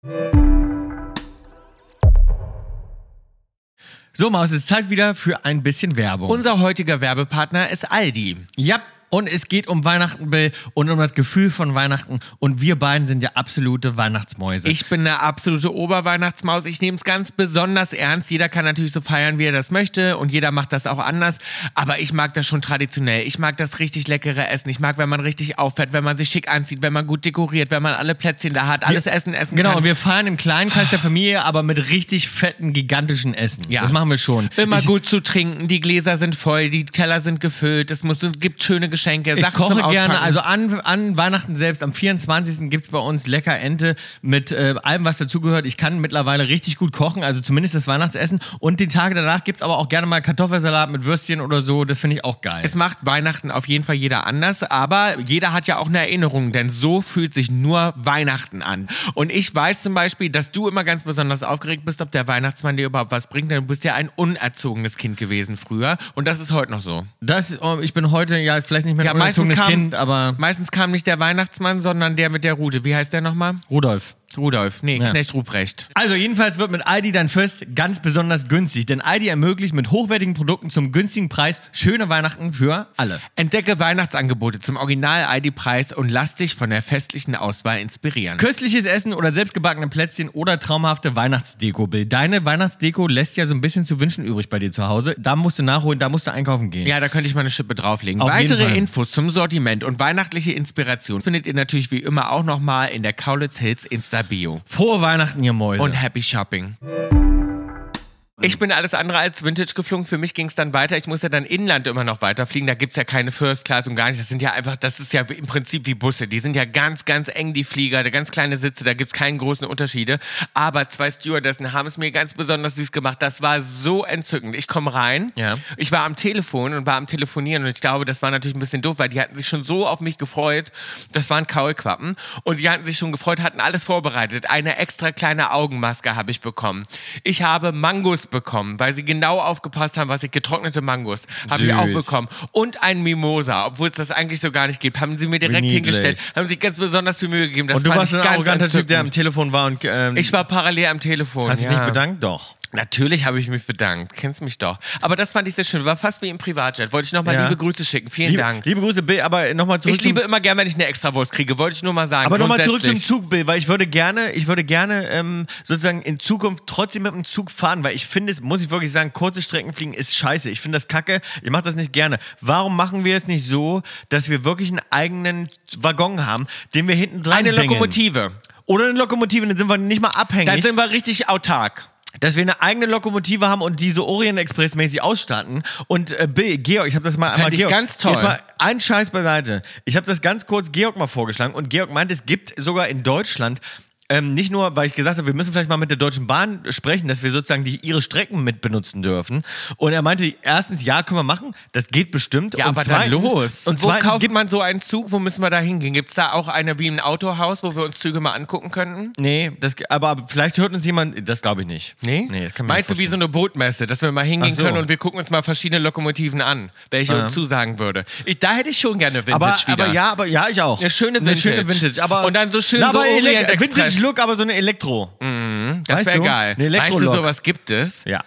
So, Maus, es ist Zeit wieder für ein bisschen Werbung. Unser heutiger Werbepartner ist Aldi. Ja, und es geht um Weihnachten, Bill, und um das Gefühl von Weihnachten. Und wir beiden sind ja absolute Weihnachtsmäuse. Ich bin eine absolute Oberweihnachtsmaus. Ich nehme es ganz besonders ernst. Jeder kann natürlich so feiern, wie er das möchte. Und jeder macht das auch anders. Aber ich mag das schon traditionell. Ich mag das richtig leckere Essen. Ich mag, wenn man richtig auffährt, wenn man sich schick anzieht, wenn man gut dekoriert, wenn man alle Plätzchen da hat, alles Essen essen Genau, kann. und wir feiern im kleinen Kreis der Familie, aber mit richtig fetten, gigantischen Essen. Ja. Das machen wir schon. Immer ich, gut zu trinken, die Gläser sind voll, die Teller sind gefüllt, es, muss, es gibt schöne Geschenke. Ich Sachen zum koche gerne, Auspacken. also an, an Weihnachten selbst, am 24. gibt es bei uns lecker Ente mit äh, allem, was dazugehört. Ich kann mittlerweile richtig gut kochen, also zumindest das Weihnachtsessen. Und die Tage danach gibt es aber auch gerne mal Kartoffelsalat mit Würstchen oder so. Das finde ich auch geil. Es macht Weihnachten auf jeden Fall jeder anders, aber jeder hat ja auch eine Erinnerung, denn so fühlt sich nur Weihnachten an. Und ich weiß zum Beispiel, dass du immer ganz besonders aufgeregt bist, ob der Weihnachtsmann dir überhaupt was bringt, denn du bist ja ein unerzogenes Kind gewesen früher und das ist heute noch so. das, oh, ich bin heute ja vielleicht nicht mehr Ja, ein unerzogenes Kind, aber meistens kam nicht der Weihnachtsmann, sondern der mit der Rute. Wie heißt der nochmal? Rudolf. Rudolf, nee, Ja. Knecht Ruprecht. Also jedenfalls wird mit Aldi dein First ganz besonders günstig, denn Aldi ermöglicht mit hochwertigen Produkten zum günstigen Preis schöne Weihnachten für alle. Entdecke Weihnachtsangebote zum Original-ID-Preis und lass dich von der festlichen Auswahl inspirieren. Köstliches Essen oder selbstgebackene Plätzchen oder traumhafte Weihnachtsdeko, Bill. Deine Weihnachtsdeko lässt ja so ein bisschen zu wünschen übrig bei dir zu Hause. Da musst du nachholen, da musst du einkaufen gehen. Ja, da könnte ich mal eine Schippe drauflegen. Auf jeden Weitere Fall. Infos zum Sortiment und weihnachtliche Inspiration findet ihr natürlich wie immer auch nochmal in der Kaulitz Hills Insta-Bio. Frohe Weihnachten, ihr Mäuse. Und happy shopping. Ich bin alles andere als Vintage geflogen. Für mich ging es dann weiter. Ich muss ja dann inland immer noch weiterfliegen. Da gibt es ja keine First Class und gar nicht. Das sind ja einfach, das ist ja im Prinzip wie Busse. Die sind ja ganz, ganz eng, die Flieger, da ganz kleine Sitze, da gibt es keinen großen Unterschiede. Aber zwei Stewardessen haben es mir ganz besonders süß gemacht. Das war so entzückend. Ich komme rein. Ja. Ich war am Telefon und war am Telefonieren und ich glaube, das war natürlich ein bisschen doof, weil die hatten sich schon so auf mich gefreut. Das waren Kaulquappen und die hatten sich schon gefreut, hatten alles vorbereitet. Eine extra kleine Augenmaske habe ich bekommen. Ich habe Mangos bekommen, weil sie genau aufgepasst haben, was ich getrocknete Mangos habe ich auch Süß. bekommen und ein Mimosa, obwohl es das eigentlich so gar nicht gibt. Haben sie mir direkt Wie niedlich. hingestellt, haben sich ganz besonders viel Mühe gegeben. Das Und du fand warst ich ein ganz arroganter Typ, der am entzückend. Telefon war und ähm, ich war parallel am Telefon. hast dich ja. nicht bedankt, doch. Natürlich habe ich mich bedankt. Kennst mich doch. Aber das fand ich sehr schön. War fast wie im Privatjet. Wollte ich nochmal Ja. liebe Grüße schicken. Vielen Liebe, Dank. liebe Grüße, Bill, aber nochmal zurück ich liebe immer gern, wenn ich eine Extrawurst kriege. Wollte ich nur mal sagen. Aber nochmal zurück zum Grundsätzlich. Zug, Bill, weil ich würde gerne, ich würde gerne ähm, sozusagen in Zukunft trotzdem mit dem Zug fahren, weil ich finde es, muss ich wirklich sagen, kurze Strecken fliegen ist scheiße. Ich finde das kacke, ich mache das nicht gerne. Warum machen wir es nicht so, dass wir wirklich einen eigenen Waggon haben, den wir hinten dran Eine hängen? Lokomotive. Oder eine Lokomotive, dann sind wir nicht mal Dann abhängig, sind wir richtig autark. dass wir eine eigene Lokomotive haben und die so Orient Express mäßig ausstatten. Und äh, Bill, Georg, ich habe das mal einmal ich Georg, ganz toll. Jetzt mal ein Scheiß beiseite. Ich habe das ganz kurz Georg mal vorgeschlagen und Georg meint, es gibt sogar in Deutschland. Ähm, nicht nur, weil ich gesagt habe, wir müssen vielleicht mal mit der Deutschen Bahn sprechen, dass wir sozusagen die, ihre Strecken mit benutzen dürfen. Und er meinte, erstens, ja, können wir machen, das geht bestimmt. Ja, und aber dann zweitens- los. Und wo zweitens kauft gibt, man so einen Zug? Wo müssen wir da hingehen? Gibt es da auch eine wie ein Autohaus, wo wir uns Züge mal angucken könnten? nee, das, aber, aber vielleicht hört uns jemand, das glaube ich nicht. Nee, das kann man Meinst du wie so eine Bootmesse, dass wir mal hingehen Ach so. können und wir gucken uns mal verschiedene Lokomotiven an, welche uns zusagen würde? Ich, da hätte ich schon gerne Vintage aber, wieder. aber ja, aber ja, ich auch. Eine schöne Eine schöne Vintage. Vintage. Aber, Und dann so schön Na, so aber Ele- Orient Express. Mhm. Vintage Look, aber so eine Elektro. Das Weißt wäre du? geil. Eine Meinst du, Elektrolok. sowas gibt es? Ja.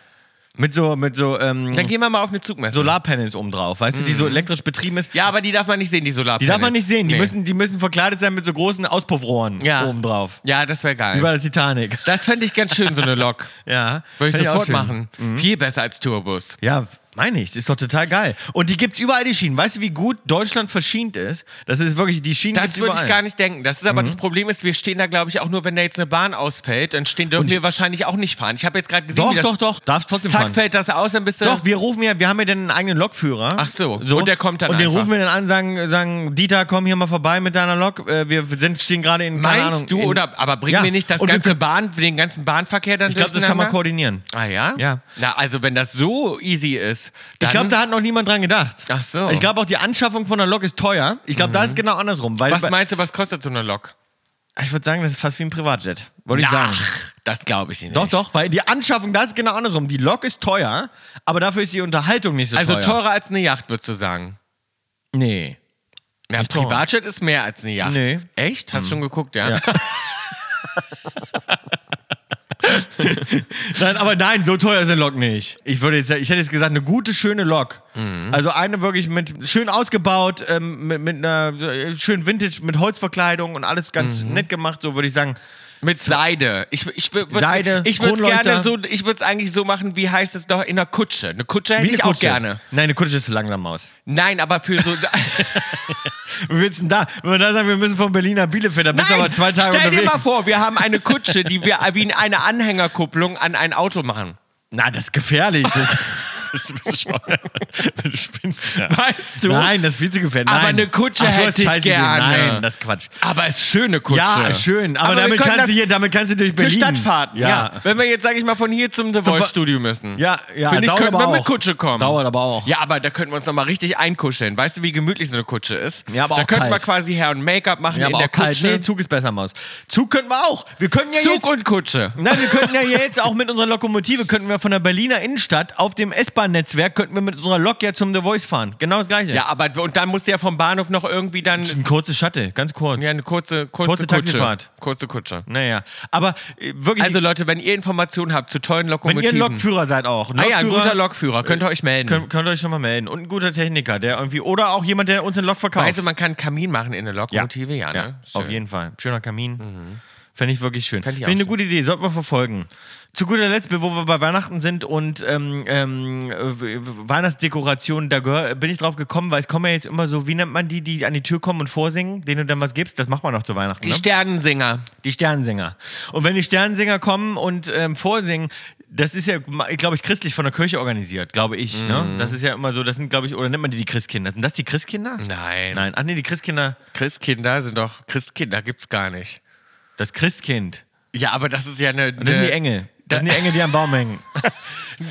Mit so, mit so ähm, Dann gehen wir mal auf eine Zugmesse. Solarpanels oben drauf, weißt du, die so elektrisch betrieben ist. Mhm. ja, aber die darf man nicht sehen, die Solarpanels. Die darf man nicht sehen. Die, Nee. müssen, die müssen verkleidet sein mit so großen Auspuffrohren Ja. oben drauf. Ja, das wäre geil. Wie bei der Titanic. das fände ich ganz schön, so eine Lok. Ja. Würde ich Fänd auch sofort schön. Mhm. machen. Viel besser als Tourbus. Ja, meine ich. Das ist doch total geil. Und die gibt's überall, die Schienen. Weißt du, wie gut Deutschland verschient ist? Das ist wirklich, die Schienen Das gibt's würde überall. Mhm. ich gar nicht denken. Das ist aber das Problem ist, wir stehen da, glaube ich, auch nur, wenn da jetzt eine Bahn ausfällt, dann stehen, dürfen Und- wir wahrscheinlich auch nicht fahren. Ich habe jetzt gerade gesehen, doch, wie das, doch, doch. Darfst trotzdem zack, fahren. fällt das aus, dann bist du... Doch, wir rufen ja, wir haben ja dann einen eigenen Lokführer. Ach so, und der kommt dann Und den einfach. rufen wir dann an, sagen, sagen, Dieter, komm hier mal vorbei mit deiner Lok. Äh, Wir sind, stehen gerade in, keine Meinst Ahnung, du, in, oder, aber bringen Ja. wir nicht das Und wir ganze können- Bahn, den ganzen Bahnverkehr dann Ich glaube, das kann durcheinander? man koordinieren. Ah ja? Ja. Na, also wenn das so easy ist, dann Ich glaube, da hat noch niemand dran gedacht. Ach so. Mhm. Ich glaube auch, die Anschaffung von einer Lok ist teuer. Ich glaube, da ist genau andersrum. Weil was meinst du, was kostet so eine Lok? ich würde sagen, das ist fast wie ein Privatjet. Wollte ich sagen. Ach, das glaube ich nicht. Doch, doch, weil die Anschaffung, da ist genau andersrum. Die Lok ist teuer, aber dafür ist die Unterhaltung nicht so Also teuer. teurer als eine Yacht, würdest du sagen? Nee. Ja, Nicht teurer. Privatjet ist mehr als eine Yacht. Nee. Hm. Echt? Hast du schon geguckt, ja? Ja. Nein, aber nein, so teuer ist eine Lok nicht. Ich würde jetzt, ich hätte jetzt gesagt, eine gute, schöne Lok. Also eine wirklich mit schön ausgebaut, ähm, mit, mit einer äh, schön Vintage, mit Holzverkleidung und alles ganz nett gemacht, so würde ich sagen. Mit Seide. Ich, ich, wür- würd's- Seide, ich würde Kronleuchter. gerne so, ich würde es eigentlich so machen, wie heißt es doch, in einer Kutsche. Eine Kutsche hätte ich auch gerne. Nein, eine Kutsche ist zu langsam aus. Nein, aber für so. Wir müssen da, wenn wir da sagen, wir müssen von Berlin nach Bielefeld, da bist du aber zwei Tage stell unterwegs. dir mal vor, wir haben eine Kutsche, die wir wie eine Anhängerkupplung an ein Auto machen. Na, das ist gefährlich. Das, bist du bescheuert? Du spinnst ja. Weißt du? Nein, das ist viel zu gefährlich. Aber Nein. eine Kutsche Ach, du hätte hast ich scheiß Ideen. gerne. Nein, das ist Quatsch. Aber es ist schöne Kutsche. Ja, schön. Aber, Aber wir damit können kannst du das hier, damit kannst du durch Für Berlin. Stadtfahrten, ja. Ja, Wenn wir jetzt, sag ich mal, von hier zum The Voice Ba- Studio müssen. ja, ja. Finde ich, dauert könnten aber wir mit auch. Kutsche kommen. Dauert aber auch. Ja, aber da könnten wir uns nochmal richtig einkuscheln. Weißt du, wie gemütlich so eine Kutsche ist? Ja, aber Da auch könnten wir kalt. quasi Hair und Make-up machen in der Kutsche. Nee, Zug ist besser, Maus. Zug könnten wir auch. Wir könnten ja Zug jetzt... und Kutsche. Nein, wir könnten ja jetzt auch mit unserer Lokomotive, könnten wir von der Berliner Innenstadt auf dem S-Bahn-Netzwerk, könnten wir mit unserer Lok ja zum The Voice fahren. Genau das Gleiche. Ja, aber und dann musst du ja vom Bahnhof noch irgendwie dann Ein kurzes Shuttle, ganz kurz. ja, eine kurze, kurze, Kurze Kutsche. Taxifahrt. Kurze Kutsche. Naja, aber äh, wirklich, Also Leute, wenn ihr Informationen habt zu tollen wenn ihr Lokomotiven. ein Lokführer seid auch, ah ja, ein Lokführer, guter Lokführer, könnt ihr euch melden. könnt, könnt ihr euch schon mal melden. Und ein guter Techniker, der irgendwie, oder auch jemand, der uns eine Lok verkauft. Weißt du, Also man kann einen Kamin machen in der Lokomotive, ja, ne? Schön. Mhm. auf jeden Fall. Schöner Kamin. Fände ich wirklich schön. Fänd ich Finde auch ich eine schön. gute Idee, sollten wir verfolgen. Zu guter Letzt, wo wir bei Weihnachten sind und ähm, ähm, äh, Weihnachtsdekorationen, da gehör, bin ich drauf gekommen, weil es kommen ja jetzt immer so, wie nennt man die, die an die Tür kommen und vorsingen, denen du dann was gibst? Das macht man noch zu Weihnachten. Die ne? Sternensinger. Die Sternensänger. Und wenn die Sternensänger kommen und ähm, vorsingen, das ist ja, glaube ich, christlich von der Kirche organisiert, glaube ich. Ne? Mhm. Das ist ja immer so, das sind, glaube ich, oder nennt man die die Christkinder? Sind das die Christkinder? Nein. Nein, ach nee, die Christkinder, Christkinder sind doch, Christkinder gibt's gar nicht. das Christkind. Ja, aber das ist ja eine. Das sind die Engel. Äh, Das sind die Engel, die am Baum hängen.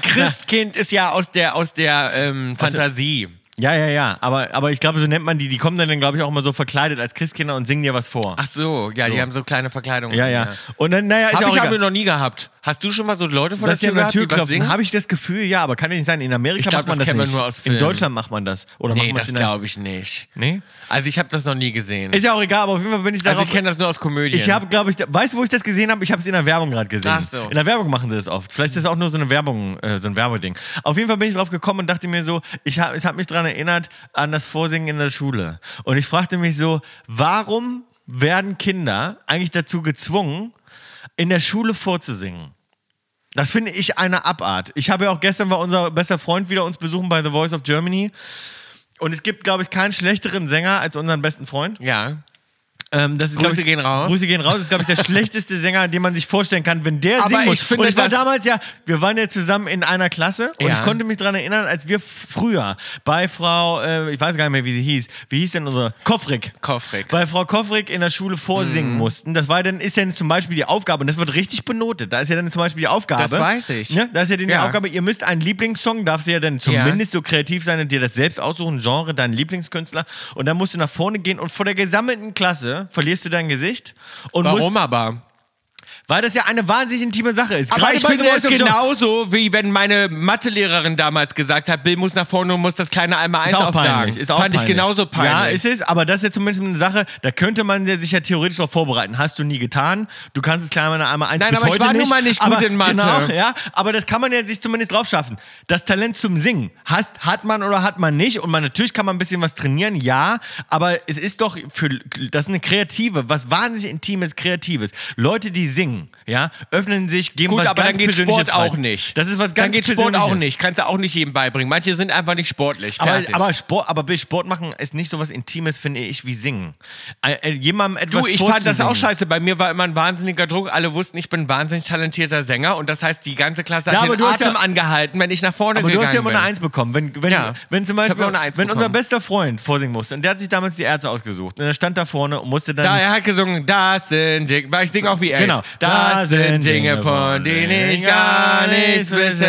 Christkind ist ja aus der, aus der ähm, Fantasie. Ja, ja, ja. Aber, aber ich glaube, so nennt man die. Die kommen dann, glaube ich, auch immer so verkleidet als Christkinder und singen dir was vor. Ach so, ja, die haben so kleine Verkleidungen. ja, ja. Und dann, naja, ist Hab ja auch ich aber egal. noch nie gehabt. Hast du schon mal so Leute vor Das ist ja der Tür eine gehabt, die was Türklopfen. singen? Habe ich das Gefühl, ja, aber kann ja nicht sein. In Amerika Ich glaub, macht man das das, kennen wir nicht. nur aus in Filmen. Deutschland macht man das. Oder Nee, macht man das in der- glaube ich nicht. Nee? Also ich habe das noch nie gesehen. Ist ja auch egal, aber auf jeden Fall bin ich darauf. also ich kenne das nur aus Komödien. ich habe, glaube ich, da- weißt du, wo ich das gesehen habe? Ich habe es in der Werbung gerade gesehen. Ach so. In der Werbung machen sie das oft. Vielleicht ist das auch nur so eine Werbung, äh, so ein Werbeding. Auf jeden Fall bin ich drauf gekommen und dachte mir so, ich hab, es hat mich daran erinnert an das Vorsingen in der Schule. Und ich fragte mich so, warum werden Kinder eigentlich dazu gezwungen, in der Schule vorzusingen? Das finde ich eine Abart. Ich habe ja auch gestern war unser bester Freund wieder uns besuchen bei The Voice of Germany. Und es gibt, glaube ich, keinen schlechteren Sänger als unseren besten Freund. ja. Ähm, das ist, Grüße glaub ich, gehen raus. Grüße gehen raus. Das ist, glaube ich, der schlechteste Sänger, den man sich vorstellen kann, wenn der Aber singen ich muss. finde, und ich war das- damals ja, wir waren ja zusammen in einer Klasse und Ja. ich konnte mich daran erinnern, als wir früher bei Frau, äh, ich weiß gar nicht mehr, wie sie hieß, wie hieß denn unsere? Koffrik. Koffrik. Bei Frau Koffrik in der Schule vorsingen Mhm. mussten. Das war dann, ist ja zum Beispiel die Aufgabe, und das wird richtig benotet. Da ist ja dann zum Beispiel die Aufgabe. Das weiß ich. Ne? Da ist ja dann die Ja. Aufgabe, ihr müsst einen Lieblingssong, darf sie ja dann zumindest so kreativ sein und dir das selbst aussuchen, Genre, deinen Lieblingskünstler. Und dann musst du nach vorne gehen und vor der gesammelten Klasse verlierst du dein Gesicht. Und Warum Musst, aber? weil das ja eine wahnsinnig intime Sache ist. Aber Gerade ich bei finde The es Voice of Germany- genauso, wie wenn meine Mathelehrerin damals gesagt hat, Bill muss nach vorne und muss das kleine einmal eins Ist auch aufsagen. peinlich. Ist auch Fand ich peinlich. genauso peinlich. Ja, ist es, aber das ist ja zumindest eine Sache, da könnte man sich ja theoretisch auch vorbereiten. Hast du nie getan. Du kannst es klar meine einmal eins Nein, bis aber ich heute war nun nicht. mal nicht gut aber, in Mathe. Genau, ja, aber das kann man ja sich zumindest drauf schaffen. Das Talent zum Singen hast, hat man oder hat man nicht. Und man natürlich kann man ein bisschen was trainieren, ja, aber es ist doch für das ist eine kreative, was wahnsinnig intimes, kreatives. Leute, die singen, ja, öffnen sich, geben Gut, was aber ganz dann geht Persönliches Sport auch preis. nicht. Das ist was Dann ganz geht Sport auch Persönliches. nicht. Kannst du auch nicht jedem beibringen. Manche sind einfach nicht sportlich. Aber, Fertig. aber, Sport, aber Bill, Sport machen ist nicht so was Intimes, finde ich, wie singen. Äh, äh, Jemandem etwas Du, ich fand das vorzusingen. auch scheiße. Bei mir war immer ein wahnsinniger Druck. Alle wussten, ich bin ein wahnsinnig talentierter Sänger und das heißt, die ganze Klasse Ja, hat aber den du hast Atem ja- angehalten, wenn ich nach vorne Aber du gegangen hast ja immer bin. eine Eins bekommen. Wenn, wenn, Ja. wenn zum Ich hab Beispiel, immer eine Eins wenn unser bekommen. bester Freund vorsingen musste und der hat sich damals die Ärzte ausgesucht und er stand da vorne und musste dann. Da, er hat gesungen, das sind Dinge, weil ich singe auch wie Ace. Genau. Das sind Dinge, von denen ich gar nichts wissen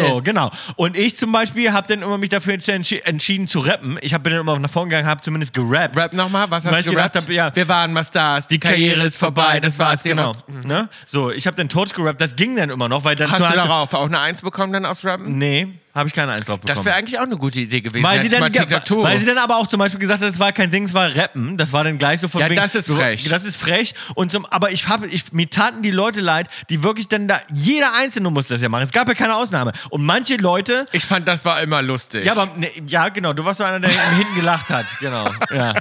will. So, genau. Und ich zum Beispiel habe dann immer mich dafür entschi entschieden zu rappen. Ich hab, bin dann immer nach vorne gegangen, habe zumindest gerappt. Rap nochmal, was Weil hast ich du gerappt? gedacht hab, ja, Wir waren mal Stars, die, Karriere ist vorbei, das war's, genau. genau. Ne? So, ich habe dann Torch gerappt, das ging dann immer noch, weil dann Hast so du hat's- darauf auch eine Eins bekommen dann aufs Rappen? Nee, habe ich keine Eins drauf bekommen. Das wäre eigentlich auch eine gute Idee gewesen. weil sie, Hättest dann, du mal Tic-Tac-Toe. weil sie dann aber auch zum Beispiel gesagt hat, es war kein Singen, es war Rappen. Das war dann gleich so von Ja, wegen, das ist so, frech. Das ist frech. Und zum, aber ich habe, ich, mir taten die Leute leid, die wirklich dann da, jeder Einzelne musste das ja machen. Es gab ja keine Ausnahme. Und manche Leute, ich fand, das war immer lustig. ja, aber, ne, ja genau, du warst so einer, der hinten gelacht hat. Genau, ja.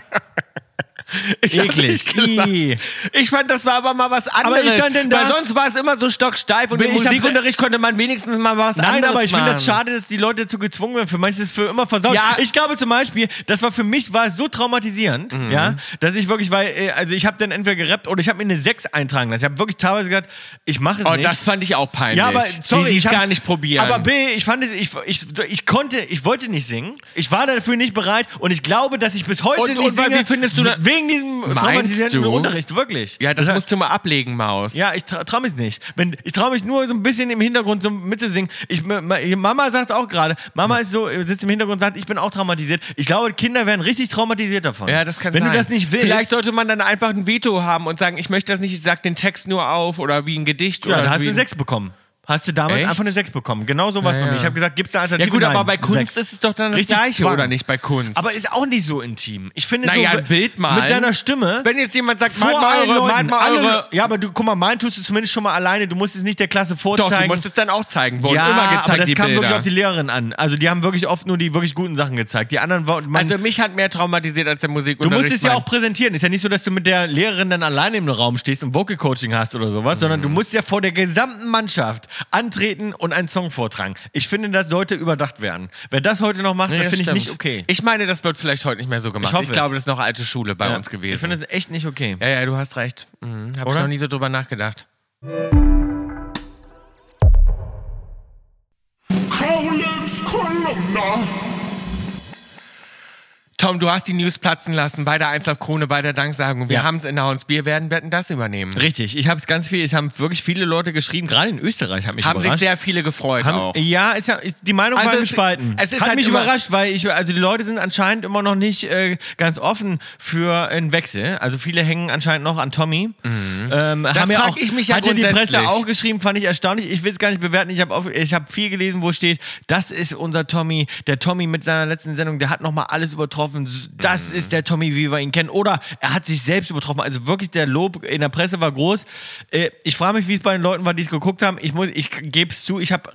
Eklig. I. Ich fand, das war aber mal was anderes. ich stand denn da- Weil sonst war es immer so stocksteif und Bin- im ich hab- Musikunterricht konnte man wenigstens mal was Nein, anderes aber ich machen. finde das schade, dass die Leute dazu gezwungen werden. Für manche ist es für immer versaut. Ja. Ich glaube zum Beispiel, das war für mich war es so traumatisierend, Mhm. ja, dass ich wirklich, weil, äh, also ich habe dann entweder gerappt oder ich habe mir eine 6 eintragen lassen. Ich habe wirklich teilweise gesagt, ich mache es Und nicht. Oh, das fand ich auch peinlich. ja, aber sorry, die, die ich hab- gar nicht probieren. Aber B, ich fand es, ich, ich, ich konnte, ich wollte nicht singen. Ich war dafür nicht bereit und ich glaube, dass ich bis heute Und- nicht und weil- singe. wie findest du da- wegen diesem Meinst traumatisierenden du? Unterricht wirklich? ja, das heißt- musst du mal ablegen, Maus. ja, ich tra trau mich nicht. Wenn, ich trau mich nur so ein bisschen im Hintergrund so mitzusingen. Ich, ma- ma- Mama sagt auch gerade, Mama ist so, sitzt im Hintergrund und sagt, ich bin auch traumatisiert. Ich glaube, Kinder werden richtig traumatisiert davon. Ja, das kann Wenn sein. du das nicht willst, Vielleicht sollte man dann einfach ein Veto haben und sagen, ich möchte das nicht, ich sag den Text nur auf oder wie ein Gedicht ja, oder dann hast wie du eine ein- 6 bekommen. Hast du damals Echt? einfach eine 6 bekommen. Genau so war es Ja, bei mir. ja. Ich habe gesagt, gibt's da Ja Alternativen? gut, aber Nein, bei Kunst sechs. ist es doch dann das Richtig gleiche, Zwang. oder nicht, bei Kunst? Aber ist auch nicht so intim. Ich finde naja, so ein Bild malen. mit seiner Stimme. Wenn jetzt jemand sagt, vor malt mal allen eure, Leuten, malt mal alle- eure... ja, aber du, guck mal, malen tust du zumindest schon mal alleine. Du musst es nicht der Klasse Doch, vorzeigen. du musst es dann auch zeigen. Wurden ja, immer gezeigt, aber das die kam Bilder. wirklich auf die Lehrerin an. Also die haben wirklich oft nur die wirklich guten Sachen gezeigt. Die anderen waren. man- Also mich hat mehr traumatisiert als der du Musikunterricht. musst es ja mein- auch präsentieren. Ist ja nicht so, dass du mit der Lehrerin dann alleine im Raum stehst und Vocal Coaching hast oder sowas, sondern du musst ja vor der gesamten Mannschaft antreten und einen Song vortragen. Ich finde, das sollte überdacht werden. Wer das heute noch macht, Ja, das finde ich stimmt. nicht okay. Ich meine, das wird vielleicht heute nicht mehr so gemacht. Ich Ich, hoffe glaube, es. das ist noch alte Schule bei uns gewesen. Ich finde das echt nicht okay. ja, ja, du hast recht. Mhm, Habe ich Oder? noch nie so drüber nachgedacht. Kaulitz Kolumna. Tom, du hast die News platzen lassen bei der Einslaufkrone, bei der Danksagung. Wir Ja. haben es in der Hans Bier, werden werden das übernehmen. Richtig, ich habe es ganz viel, es haben wirklich viele Leute geschrieben, gerade in Österreich haben mich Haben sich überrascht. sehr viele gefreut Haben- auch. Ja, ist ja ist, die Meinung Also war es- gespalten. es ist Hat halt mich immer- überrascht, weil ich also die Leute sind anscheinend immer noch nicht äh, ganz offen für einen Wechsel. Also viele hängen anscheinend noch an Tommy. Mhm. Ähm, haben ja frag auch, ich mich ja hat ja die grundsätzlich. Presse auch geschrieben, fand ich erstaunlich. Ich will es gar nicht bewerten. Ich habe auf- ich habe viel gelesen, wo steht, das ist unser Tommy. Der Tommy mit seiner letzten Sendung, der hat noch mal alles übertroffen. Mhm. Das ist der Tommy, wie wir ihn kennen. Oder er hat sich selbst übertroffen. Also wirklich der Lob in der Presse war groß. Äh, ich frage mich, wie es bei den Leuten war, die es geguckt haben. Ich muss, ich gebe es zu, ich habe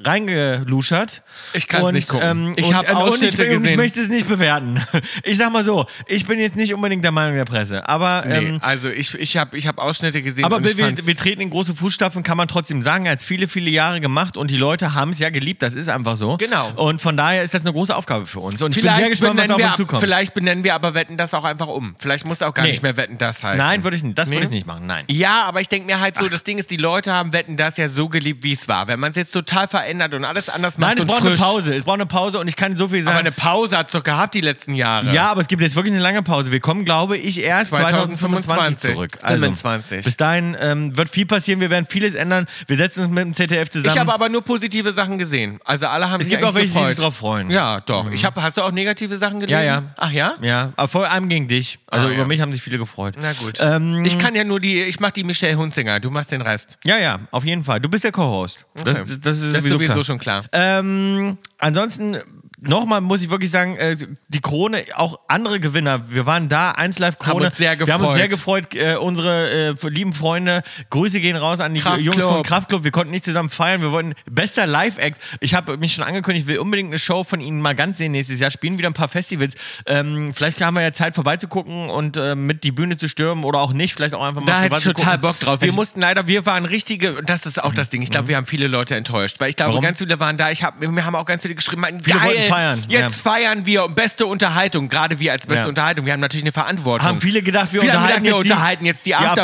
reingeluschert. Ich kann's Und, ähm, nicht gucken. Ich und- äh, hab und Ausschnitte ich, und Ich gesehen. möchte es nicht bewerten. Ich sag mal so, ich bin jetzt nicht unbedingt der Meinung der Presse, aber ähm, nee, also ich, ich habe ich hab Ausschnitte gesehen. aber und Bill, ich wir, fand's- wir treten in große Fußstapfen, kann man trotzdem sagen. Er hat es viele, viele Jahre gemacht und die Leute haben es ja geliebt. Das ist einfach so. Genau. Und von daher ist das eine große Aufgabe für uns. Und ich bin vielleicht, sehr gespannt, was benennen auf uns wir, zukommt. vielleicht benennen wir aber Wetten das auch einfach um. Vielleicht muss auch gar Nee. nicht mehr Wetten das heißen. Nein, würde ich nicht. Das würde ich nicht machen. Nein. Ja, aber ich denke mir halt so, das Ding ist, die Leute haben Wetten das ja so geliebt, wie es war. Wenn man es jetzt total verändert und alles anders macht Nein, es und braucht frisch, eine Pause. Es braucht eine Pause und ich kann so viel sagen. Aber eine Pause hat's doch gehabt die letzten Jahre. ja, aber es gibt jetzt wirklich eine lange Pause. Wir kommen, glaube ich, erst 2025, 2025 zurück. Also, 25. Bis dahin ähm, wird viel passieren. Wir werden vieles ändern. Wir setzen uns mit dem ZDF zusammen. Ich habe aber nur positive Sachen gesehen. Also alle haben es sich gibt auch eigentlich welche, die gefreut. sich drauf freuen. Ja, doch. Ich hab, hast du auch negative Sachen gelesen? Ja, ja. Ach ja? Ja, aber vor allem gegen dich. Also Ah, über ja. mich haben sich viele gefreut. Na gut. Ähm, ich kann ja nur die, ich mach die Michelle Hunzinger, du machst den Rest. ja, ja, auf jeden Fall. Du bist der Co-Host. Das, das, das ist Das ist sowieso, sowieso klar. schon klar. Ähm, ansonsten, nochmal muss ich wirklich sagen, äh, die Krone, auch andere Gewinner. Wir waren da, 1 Live Krone. Haben uns sehr Wir haben uns gefreut. sehr gefreut. Äh, unsere äh, lieben Freunde, Grüße gehen raus an die Kraftklub. Jungs von Kraftclub. Wir konnten nicht zusammen feiern. Wir wollten bester Live-Act. Ich habe mich schon angekündigt, will unbedingt eine Show von ihnen mal ganz sehen nächstes Jahr. Spielen wieder ein paar Festivals. Ähm, vielleicht haben wir ja Zeit vorbeizugucken und äh, mit die Bühne zu stürmen oder auch nicht. Vielleicht auch einfach mal Da hätte ich privat zu total gucken. Mhm. Bock drauf. Wir mussten leider, wir waren richtige, und das ist auch das Ding. Ich glaube, wir haben viele Leute enttäuscht, weil ich glaube, Warum? ganz viele waren da. Ich hab, mir haben auch ganz viele geschrieben, mein, Viele geil, wollten feiern, jetzt feiern wir beste Unterhaltung, gerade wir als beste Ja. Unterhaltung. Wir haben natürlich eine Verantwortung. Haben viele gedacht, wir Viele haben unterhalten gedacht, jetzt die- wir unterhalten jetzt die, die Afterparty.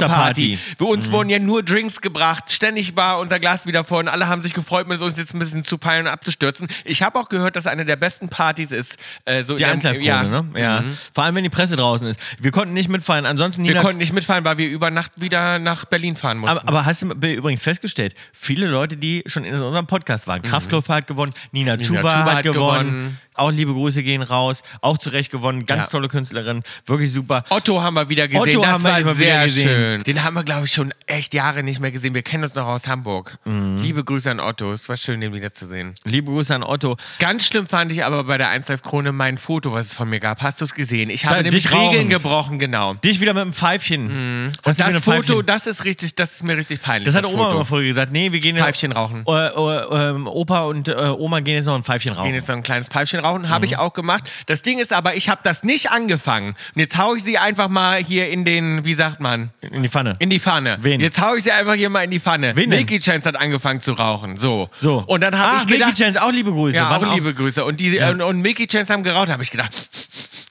Afterparty. Mhm. Bei uns wurden ja nur Drinks gebracht, ständig war unser Glas wieder voll und alle haben sich gefreut, mit uns jetzt ein bisschen zu feiern und abzustürzen. Ich habe auch gehört, dass eine der besten Partys ist. Äh, so Die in der- Einzelkrone, ja. ne? Ja. Vor allem, wenn die Presse draußen ist. Wir konnten nicht mitfeiern. Ansonsten, Wir Nina, konnten nicht mitfahren, weil wir über Nacht wieder nach Berlin fahren mussten. Aber, aber hast du Bill, übrigens festgestellt, viele Leute, die schon in unserem Podcast waren, Kraftklub hat gewonnen, Nina, Chuba, Chuba hat, Mhm. hat gewonnen. gewonnen. auch liebe Grüße gehen raus, auch zu Recht gewonnen, ganz Ja. tolle Künstlerin, wirklich super. Otto haben wir wieder gesehen. Otto das haben wir war immer sehr wieder gesehen. schön. Den haben wir, glaube ich, schon echt Jahre nicht mehr gesehen. Wir kennen uns noch aus Hamburg. Liebe Grüße an Otto. Es war schön, den wiederzusehen. Liebe Grüße an Otto. Ganz schlimm fand ich aber bei der 1 Krone mein Foto, was es von mir gab. Hast du es gesehen? Ich habe Da- nämlich dich Regeln rauchend. gebrochen, genau. Dich wieder mit dem Pfeifchen. Hast du wieder Mhm. Das ein Foto, Pfeifchen? das ist richtig, das ist mir richtig peinlich. das hat Oma Foto. immer früher gesagt. Nee, wir gehen jetzt- Pfeifchen rauchen. Äh, äh, ähm, Opa und äh, Oma gehen jetzt noch ein Pfeifchen gehen rauchen. jetzt noch ein kleines Pfeifchen rauchen, habe ich auch gemacht. Das Ding ist aber, ich habe das nicht angefangen. Und jetzt haue ich sie einfach mal hier in den, wie sagt man, In die Pfanne. In die Pfanne. Wen? Jetzt hau ich sie einfach hier mal in die Pfanne. Wen denn? Nicky Chance hat angefangen zu rauchen. So. so. Und dann habe ah, ich gedacht. Mickey Chance, auch liebe Grüße. ja, Waren auch liebe Grüße. Und, die, und, und Mickey Chance haben geraucht. Da habe ich gedacht,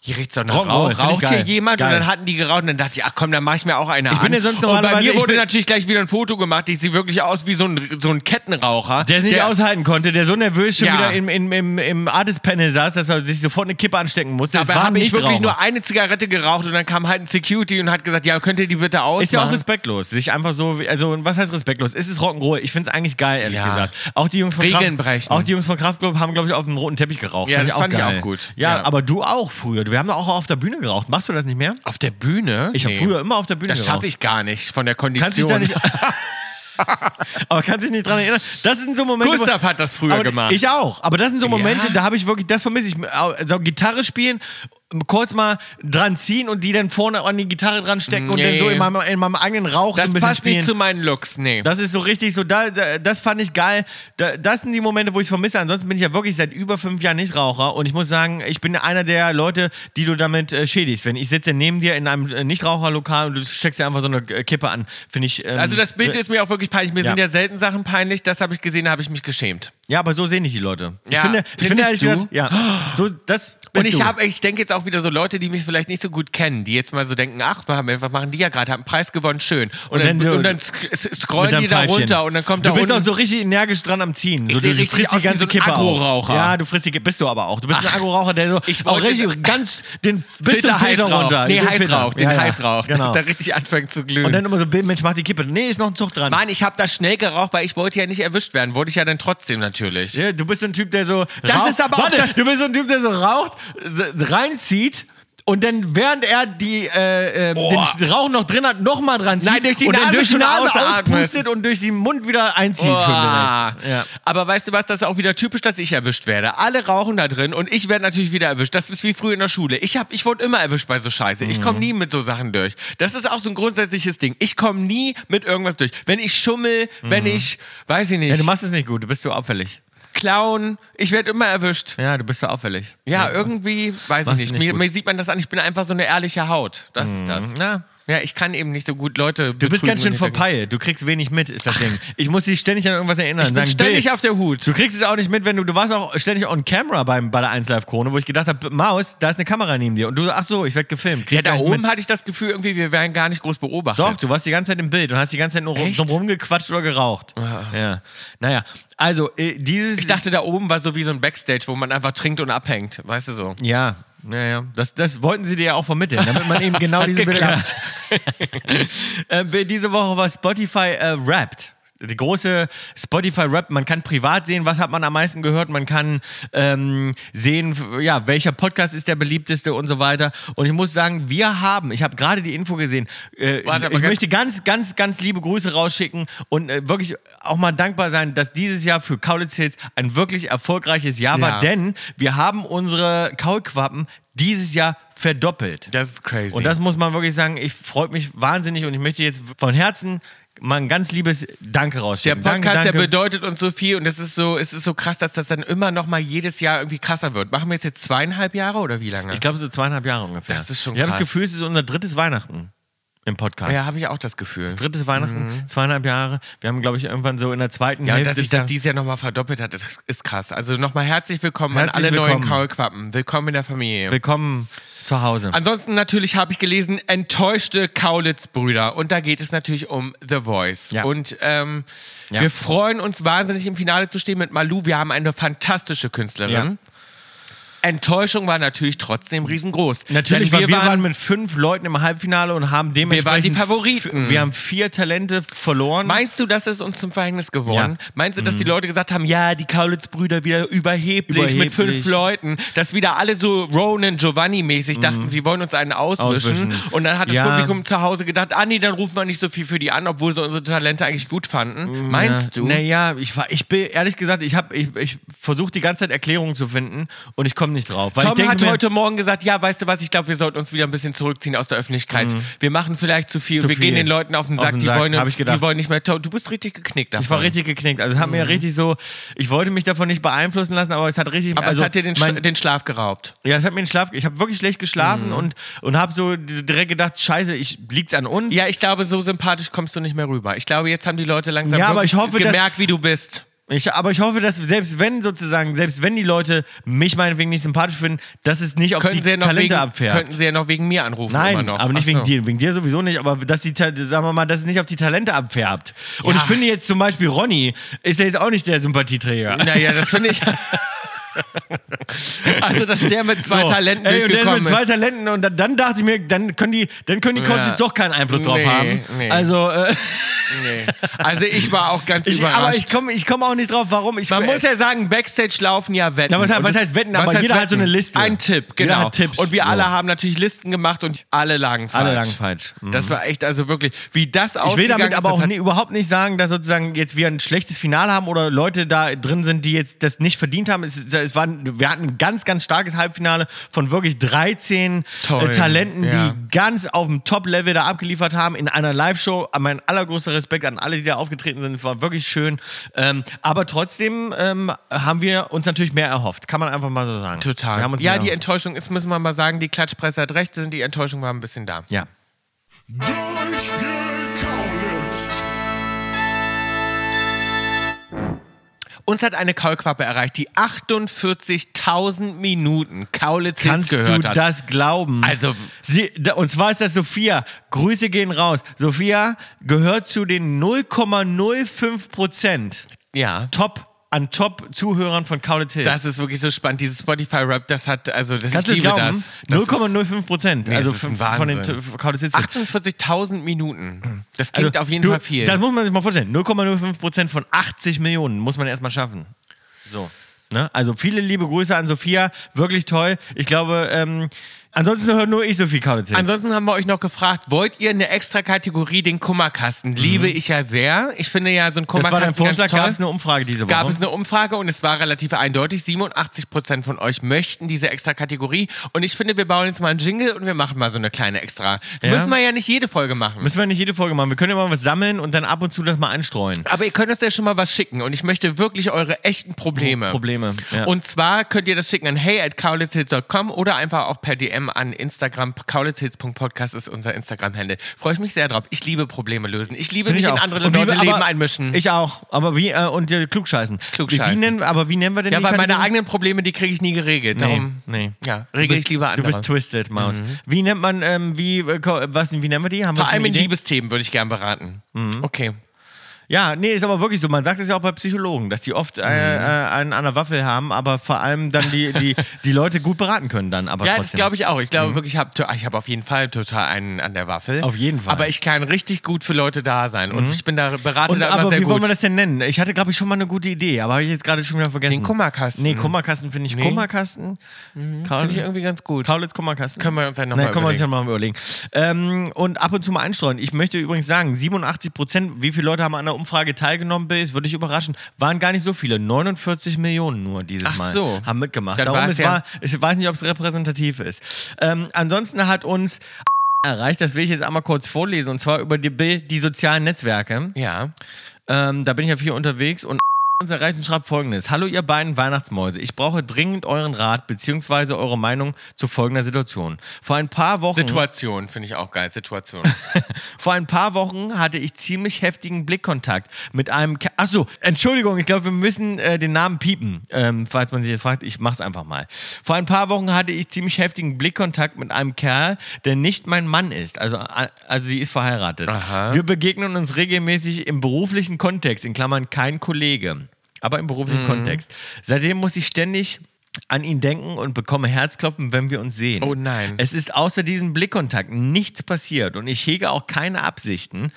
hier riecht's doch nach Rock'n'Roll, Rauch. find ich Raucht geil. hier jemand? Geil. Und dann hatten die geraucht. Und dann dachte ich, ach komm, dann mache ich mir auch eine an. bin ja sonst und bei normalerweise- mir ich wurde bin- natürlich gleich wieder ein Foto gemacht. Ich sehe wirklich aus wie so ein, so ein Kettenraucher. Der es nicht aushalten konnte, der so nervös schon Ja. wieder im, im, im, im Artist-Panel saß, dass er sich sofort eine Kippe anstecken musste. Es aber war habe ich nicht wirklich Raucher. nur eine Zigarette geraucht und dann kam halt ein Security und hat gesagt, ja, könnt ihr die bitte ausmachen? Ist ja auch respektlos, sich einfach so, wie- also was heißt respektlos? Es ist Rock'n'Roll. Ich finde es eigentlich geil, ehrlich Ja. gesagt. Auch die Jungs von Regeln Kraft, brechen. auch die Jungs von Kraftclub haben glaube ich auf dem roten Teppich geraucht. Ja, das fand ich geil. auch gut. Ja, Ja. aber du auch früher. Wir haben doch auch auf der Bühne geraucht. Machst du das nicht mehr? Auf der Bühne? Ich habe Nee. früher immer auf der Bühne Das geraucht. schaffe ich gar nicht von der Kondition. Kannst dich da nicht. aber kannst dich nicht dran erinnern. Das sind so Momente. wo- Gustav hat das früher aber gemacht. Ich auch. Aber das sind so Momente, Ja. da habe ich wirklich, das vermisse ich. Also Gitarre spielen, kurz mal dran ziehen und die dann vorne an die Gitarre dran stecken und dann Nee. so in meinem, in meinem eigenen Rauch so das ein bisschen passt spielen. nicht zu meinen Looks, nee. das ist so richtig so, da, da, das fand ich geil. Da, das sind die Momente, wo ich es vermisse. Ansonsten bin ich ja wirklich seit über fünf Jahren Nichtraucher und ich muss sagen, ich bin einer der Leute, die du damit äh, schädigst. Wenn ich sitze neben dir in einem äh, Nichtraucherlokal und du steckst dir einfach so eine äh, Kippe an, finde ich. ähm, also das Bild ist mir auch wirklich peinlich. Mir Ja. sind ja selten Sachen peinlich. Das habe ich gesehen, da habe ich mich geschämt. Ja, aber so sehen nicht die Leute. Ich Ja, finde, ich finde findest ehrlich du? gesagt, ja. So, das bist Und ich du. habe, ich denke jetzt auch wieder so Leute, die mich vielleicht nicht so gut kennen, die jetzt mal so denken, ach, wir haben einfach machen die ja gerade, haben einen Preis gewonnen, schön. Und, Und dann, dann so- und dann sk- s- Mit scrollen deinem die da Pfeifchen. runter und dann kommt Du da bist auch unten. so richtig energisch dran am Ziehen. So, seh du, du richtig frisst aus die wie ganze so ein Kippe auf. Agro-Raucher. Ja, du frisst die Kippe. Bist du aber auch. Du bist ein Agro-Raucher, der so Ich auch wollte- richtig ganz den bis zum Filter Filter Heißrauch. runter. Nee, Den Heißrauch, Filter. den Ja, ja. Heißrauch. Genau. Dass da richtig anfängt zu glühen. Und dann immer so, Mensch, mach die Kippe. Nee, ist noch ein Zug dran. Mann, ich habe da schnell geraucht, weil ich wollte ja nicht erwischt werden. Wurde ich ja dann trotzdem natürlich. Ja, du bist so ein Typ, der so. Das ist aber auch Warte, das- Du bist so ein Typ, der so raucht, so reinzieht. Und dann, während er die, äh, äh, den Rauch noch drin hat, nochmal dran zieht. Nein, durch die und dann Nase durch die schon Nase ausatmet. auspustet und durch den Mund wieder einzieht. Schon Ah. direkt. ja. Aber weißt du was, das ist auch wieder typisch, dass ich erwischt werde. Alle rauchen da drin und ich werde natürlich wieder erwischt. Das ist wie früher in der Schule. Ich, hab- ich wurde immer erwischt bei so Scheiße. Ich Mhm. komme nie mit so Sachen durch. Das ist auch so ein grundsätzliches Ding. Ich komme nie mit irgendwas durch. Wenn ich schummel, wenn ich, weiß ich nicht, Mhm. ja, du machst es nicht gut, du bist so auffällig. klauen, ich werde immer erwischt. Ja, du bist so auffällig. Ja, irgendwie, weiß ich machst nicht. nicht mir, gut. mir sieht man das an, ich bin einfach so eine ehrliche Haut. Das ist das. Na, Ja, ich kann eben nicht so gut Leute du bist ganz schön vorbei, du kriegst wenig mit, ist das Ding. Ich muss dich ständig an irgendwas erinnern. Ich bin ständig Bill, auf der Hut. Du kriegst es auch nicht mit, wenn du, du warst auch ständig on camera beim, bei der 1 Live Krone, wo ich gedacht habe, Maus, da ist eine Kamera neben dir. Und du so, ach so, ich werde gefilmt. Krieg Ja, da gar nicht oben mit. hatte ich das Gefühl, irgendwie, wir werden gar nicht groß beobachtet. Doch, du warst die ganze Zeit im Bild und hast die ganze Zeit nur rum, Echt? Ah. drumherum gequatscht oder geraucht. Ja. Naja, also äh, dieses. Ich dachte, da oben war so wie so ein Backstage, wo man einfach trinkt und abhängt. Weißt du so? ja, naja, das, das wollten sie dir ja auch vermitteln, damit man eben genau Hat diese Bilder geklappt. hat. äh, diese Woche war Spotify äh, Wrapped. Die große Spotify-Rap, man kann privat sehen, was hat man am meisten gehört, man kann ähm, sehen, f- ja, welcher Podcast ist der beliebteste und so weiter. Und ich muss sagen, wir haben, ich habe gerade die Info gesehen, äh, Warte, aber ich ganz- möchte ganz, ganz, ganz liebe Grüße rausschicken und äh, wirklich auch mal dankbar sein, dass dieses Jahr für Kaulitz Hits ein wirklich erfolgreiches Jahr Ja. war, denn wir haben unsere Kaulquappen dieses Jahr verdoppelt. Das ist crazy. Und das muss man wirklich sagen, ich freut mich wahnsinnig und ich möchte jetzt von Herzen mal ein ganz liebes Danke der rausschicken. Podcast, danke, der danke. bedeutet uns so viel und es ist so, es ist so krass, dass das dann immer noch mal jedes Jahr irgendwie krasser wird. Machen wir es jetzt zweieinhalb Jahre oder wie lange? ich glaube so zweieinhalb Jahre ungefähr. Das ist schon Ich habe das krass. Gefühl, es ist unser drittes Weihnachten im Podcast. ja, habe ich auch das Gefühl. Drittes Weihnachten, zweieinhalb Jahre. Wir haben, glaube ich, irgendwann so in der zweiten Ja, und Hälfte. dass sich des das dieses Jahr nochmal verdoppelt hat, das ist krass. Also nochmal herzlich willkommen an Herzlich alle neuen willkommen. Kaulquappen. Willkommen in der Familie. Willkommen zu Hause. Ansonsten natürlich habe ich gelesen, enttäuschte Kaulitz-Brüder. Und da geht es natürlich um The Voice. Ja. Und ähm, Ja. wir freuen uns wahnsinnig, im Finale zu stehen mit Malou. Wir haben eine fantastische Künstlerin. Enttäuschung war natürlich trotzdem riesengroß. Natürlich, Denn weil wir waren, mit fünf Leuten im Halbfinale und haben waren dementsprechend. die Favoriten. f- Wir haben vier Talente verloren. Meinst du, das ist uns zum Verhängnis geworden? Ja. Mhm. Meinst du, dass die Leute gesagt haben, ja, die Kaulitz-Brüder wieder überheblich, mit Überheblich. fünf Leuten, dass wieder alle so Ronan Giovanni-mäßig dachten, sie wollen uns einen Mhm. auswischen. Auswischen. Und dann hat das Ja. Publikum zu Hause gedacht, ah nee, dann rufen wir nicht so viel für die an, obwohl sie unsere Talente eigentlich gut fanden. Meinst Ja. du? Naja, ich war, ich bin ehrlich gesagt, ich habe, ich, ich versuche die ganze Zeit Erklärungen zu finden und ich komme nicht drauf. Weil ich Tom denke hat mir, heute Morgen gesagt, ja, weißt du was, ich glaube, wir sollten uns wieder ein bisschen zurückziehen aus der Öffentlichkeit. Wir machen vielleicht Mhm. zu viel, Zu wir gehen viel. den Leuten auf den Auf Sack, den die, Sack, wollen hab uns, ich gedacht. die wollen nicht mehr. Du bist richtig geknickt davon. ich war richtig geknickt. Also es hat Mhm. mir richtig so, ich wollte mich davon nicht beeinflussen lassen, aber es hat richtig. Aber also es hat dir den, Sch- Mhm. mein, den Schlaf geraubt. Ja, es hat mir den Schlaf. Ich habe wirklich schlecht geschlafen und, und habe so direkt gedacht, Scheiße, ich, liegt's an uns? Ja, ich glaube, so sympathisch kommst du nicht mehr rüber. Ich glaube, jetzt haben die Leute langsam Ja, aber wirklich ich hoffe, dass- gemerkt, wie du bist. Ich, aber ich hoffe, dass selbst wenn sozusagen, selbst wenn die Leute mich meinetwegen nicht sympathisch finden, dass es nicht auf Könnten die sie, ja noch Talente wegen, abfährt. könnten sie ja noch wegen mir anrufen. immer Nein, noch. aber nicht Ach wegen so. dir, wegen dir sowieso nicht, aber dass die, Ta- sagen wir mal, dass es nicht auf die Talente abfärbt. Und Ja. ich finde jetzt zum Beispiel Ronny ist ja jetzt auch nicht der Sympathieträger. Naja, das finde ich. also, dass der mit zwei Talenten Ey, und der ist durchgekommen mit zwei Talenten und dann, dann dachte ich mir, dann können die, dann können die Coaches Ja. doch keinen Einfluss drauf Nee, haben. nee. Also, äh, Nee. Also, ich war auch ganz ich, überrascht. aber ich komme ich komm auch nicht drauf, warum. Ich, Man muss ja sagen, Backstage laufen ja Wetten. Ja, was heißt- Und was das- heißt Wetten? Aber jeder hat so eine Liste. Ein Tipp, Jeder genau. hat Tipps. Und wir alle So. haben natürlich Listen gemacht und alle lagen falsch. alle lagen falsch. Mhm. Das war echt, also wirklich, wie das Ich will ausgegangen damit aber ist, das auch hat nie, überhaupt nicht sagen, dass sozusagen jetzt wir ein schlechtes Finale haben oder Leute da drin sind, die jetzt das nicht verdient haben. Es, es waren, wir hatten ein ganz, ganz starkes Halbfinale von wirklich 13 äh, Toll, Talenten, ja. die ganz auf dem Top-Level da abgeliefert haben in einer Live-Show. Mein allergrößter Respekt an alle, die da aufgetreten sind. Es war wirklich schön. Ähm, aber trotzdem ähm, haben wir uns natürlich mehr erhofft. Kann man einfach mal so sagen. Wir haben Total. uns Ja, mehr die erhofft. Enttäuschung ist, müssen wir mal sagen, die Klatschpresse hat recht, sind die Enttäuschung war ein bisschen da. Ja. Durchgekaulitzt. Uns hat eine Kaulquappe erreicht, die 48.000 Minuten Kaulitz Hits Kannst du gehört hat. das glauben? Also- Sie, da, und zwar ist das Sophia. Grüße gehen raus. Sophia gehört zu den 0,05 Prozent Ja. Top an Top Zuhörern von Kaulitz Hill. Das ist wirklich so spannend, dieses Spotify-Rap, das hat, also das, Kannst du ich es liebe glauben? das. das ist- 0,05 Prozent. also das ist von, ein von den Wahnsinn. T- Kaulitz Hill. 48.000 Minuten. Das klingt auf jeden Also, du, Fall viel. Das muss man sich mal vorstellen. 0,05 Prozent von 80 Millionen muss man erstmal schaffen. So. Ne? Also viele liebe Grüße an Sophia. Wirklich toll. Ich glaube, ähm, ansonsten hört nur ich so viel Kaulitz Hill. Ansonsten haben wir euch noch gefragt, wollt ihr eine extra Kategorie, den Kummerkasten? Liebe ich ja sehr. Ich finde ja so ein Mhm. Das war dein Kummerkasten Vorschlag, ganz toll. gab es eine Umfrage diese Woche. gab es eine Umfrage und es war relativ eindeutig. 87 Prozent von euch möchten diese extra Kategorie. Und ich finde, wir bauen jetzt mal einen Jingle und wir machen mal so eine kleine extra. Ja? Müssen wir ja nicht jede Folge machen. Müssen wir nicht jede Folge machen. Wir können ja mal was sammeln und dann ab und zu das mal einstreuen. aber ihr könnt uns ja schon mal was schicken und ich möchte wirklich eure echten Probleme. Probleme. Ja. Und zwar könnt ihr das schicken an hey at oder einfach auch per DM an Instagram. Kaulitzhills.podcast ist unser Instagram-Handle. Freue ich mich sehr drauf. Ich liebe Probleme lösen. Ich liebe Finde mich in auch. andere Und wie Leute wir- aber- Leben einmischen. Ich auch. Aber wie, äh, und äh, klugscheißen. Klugscheißen. Wie nennen, aber wie nennen wir denn ja, die weil meine Kategorie? eigenen Probleme, die kriege ich nie geregelt. Darum, Nee, nee. Ja, Du regel bist- ich lieber andere. Mhm. Du bist twisted, Maus. Wie nennt man, ähm, wie, äh, ko- was, wie nennen wir die? Haben wir Vor schon allem eine in Idee? Mhm. Liebesthemen würde ich gern beraten. Okay. Ja, nee, ist aber wirklich so. Man sagt es ja auch bei Psychologen, dass die Mhm. oft äh, äh, einen an der Waffel haben, aber vor allem dann die, die, die Leute gut beraten können dann. Aber Ja, das trotzdem. Mhm. glaube ich auch. Ich glaube wirklich, ich habe ich hab auf jeden Fall total einen an der Waffel. Auf jeden Fall. Mhm. Aber ich kann richtig gut für Leute da sein. Und ich bin da berate Und, da immer aber sehr wie gut. wollen wir das denn nennen? Ich hatte, glaube ich, schon mal eine gute Idee, aber habe ich jetzt gerade schon wieder vergessen. Den Kummerkasten. Nee, Kummerkasten finde ich. Nee. Mhm, Kummerkasten? Finde ich irgendwie ganz gut. Kaulitz Kummerkasten. Können wir uns dann noch Nein, mal können wir uns ja nochmal überlegen. Ähm, und ab und zu mal einstreuen. Ich möchte übrigens sagen, 87 Prozent, wie viele Leute haben an der Umfrage teilgenommen, Bill, das würde ich überraschen, waren gar nicht so viele. 49 Millionen nur dieses Ach Mal so. haben mitgemacht. Dann Darum war's es ja- war, ich weiß nicht, ob es repräsentativ ist. Ähm, ansonsten hat uns erreicht, das will ich jetzt einmal kurz vorlesen, und zwar über die, Bill- die sozialen Netzwerke. Ja. Ähm, da bin ich ja viel unterwegs und uns erreicht und schreibt folgendes. Hallo ihr beiden Weihnachtsmäuse, ich brauche dringend euren Rat bzw. eure Meinung zu folgender Situation. Vor ein paar Wochen... Situation finde ich auch geil. Situation. Vor ein paar Wochen hatte ich ziemlich heftigen Blickkontakt mit einem. Ke Achso, Entschuldigung, ich glaube, wir müssen äh, den Namen piepen. Ähm, falls man sich jetzt fragt, ich mach's einfach mal. Vor ein paar Wochen hatte ich ziemlich heftigen Blickkontakt mit einem Kerl, der nicht mein Mann ist. Also, a- also sie ist verheiratet. Aha. Wir begegnen uns regelmäßig im beruflichen Kontext, in Klammern kein Kollege, aber im Mhm. beruflichen Kontext. Seitdem muss ich ständig an ihn denken und bekomme Herzklopfen, wenn wir uns sehen. Oh nein. Es ist außer diesem Blickkontakt nichts passiert und ich hege auch keine Absichten.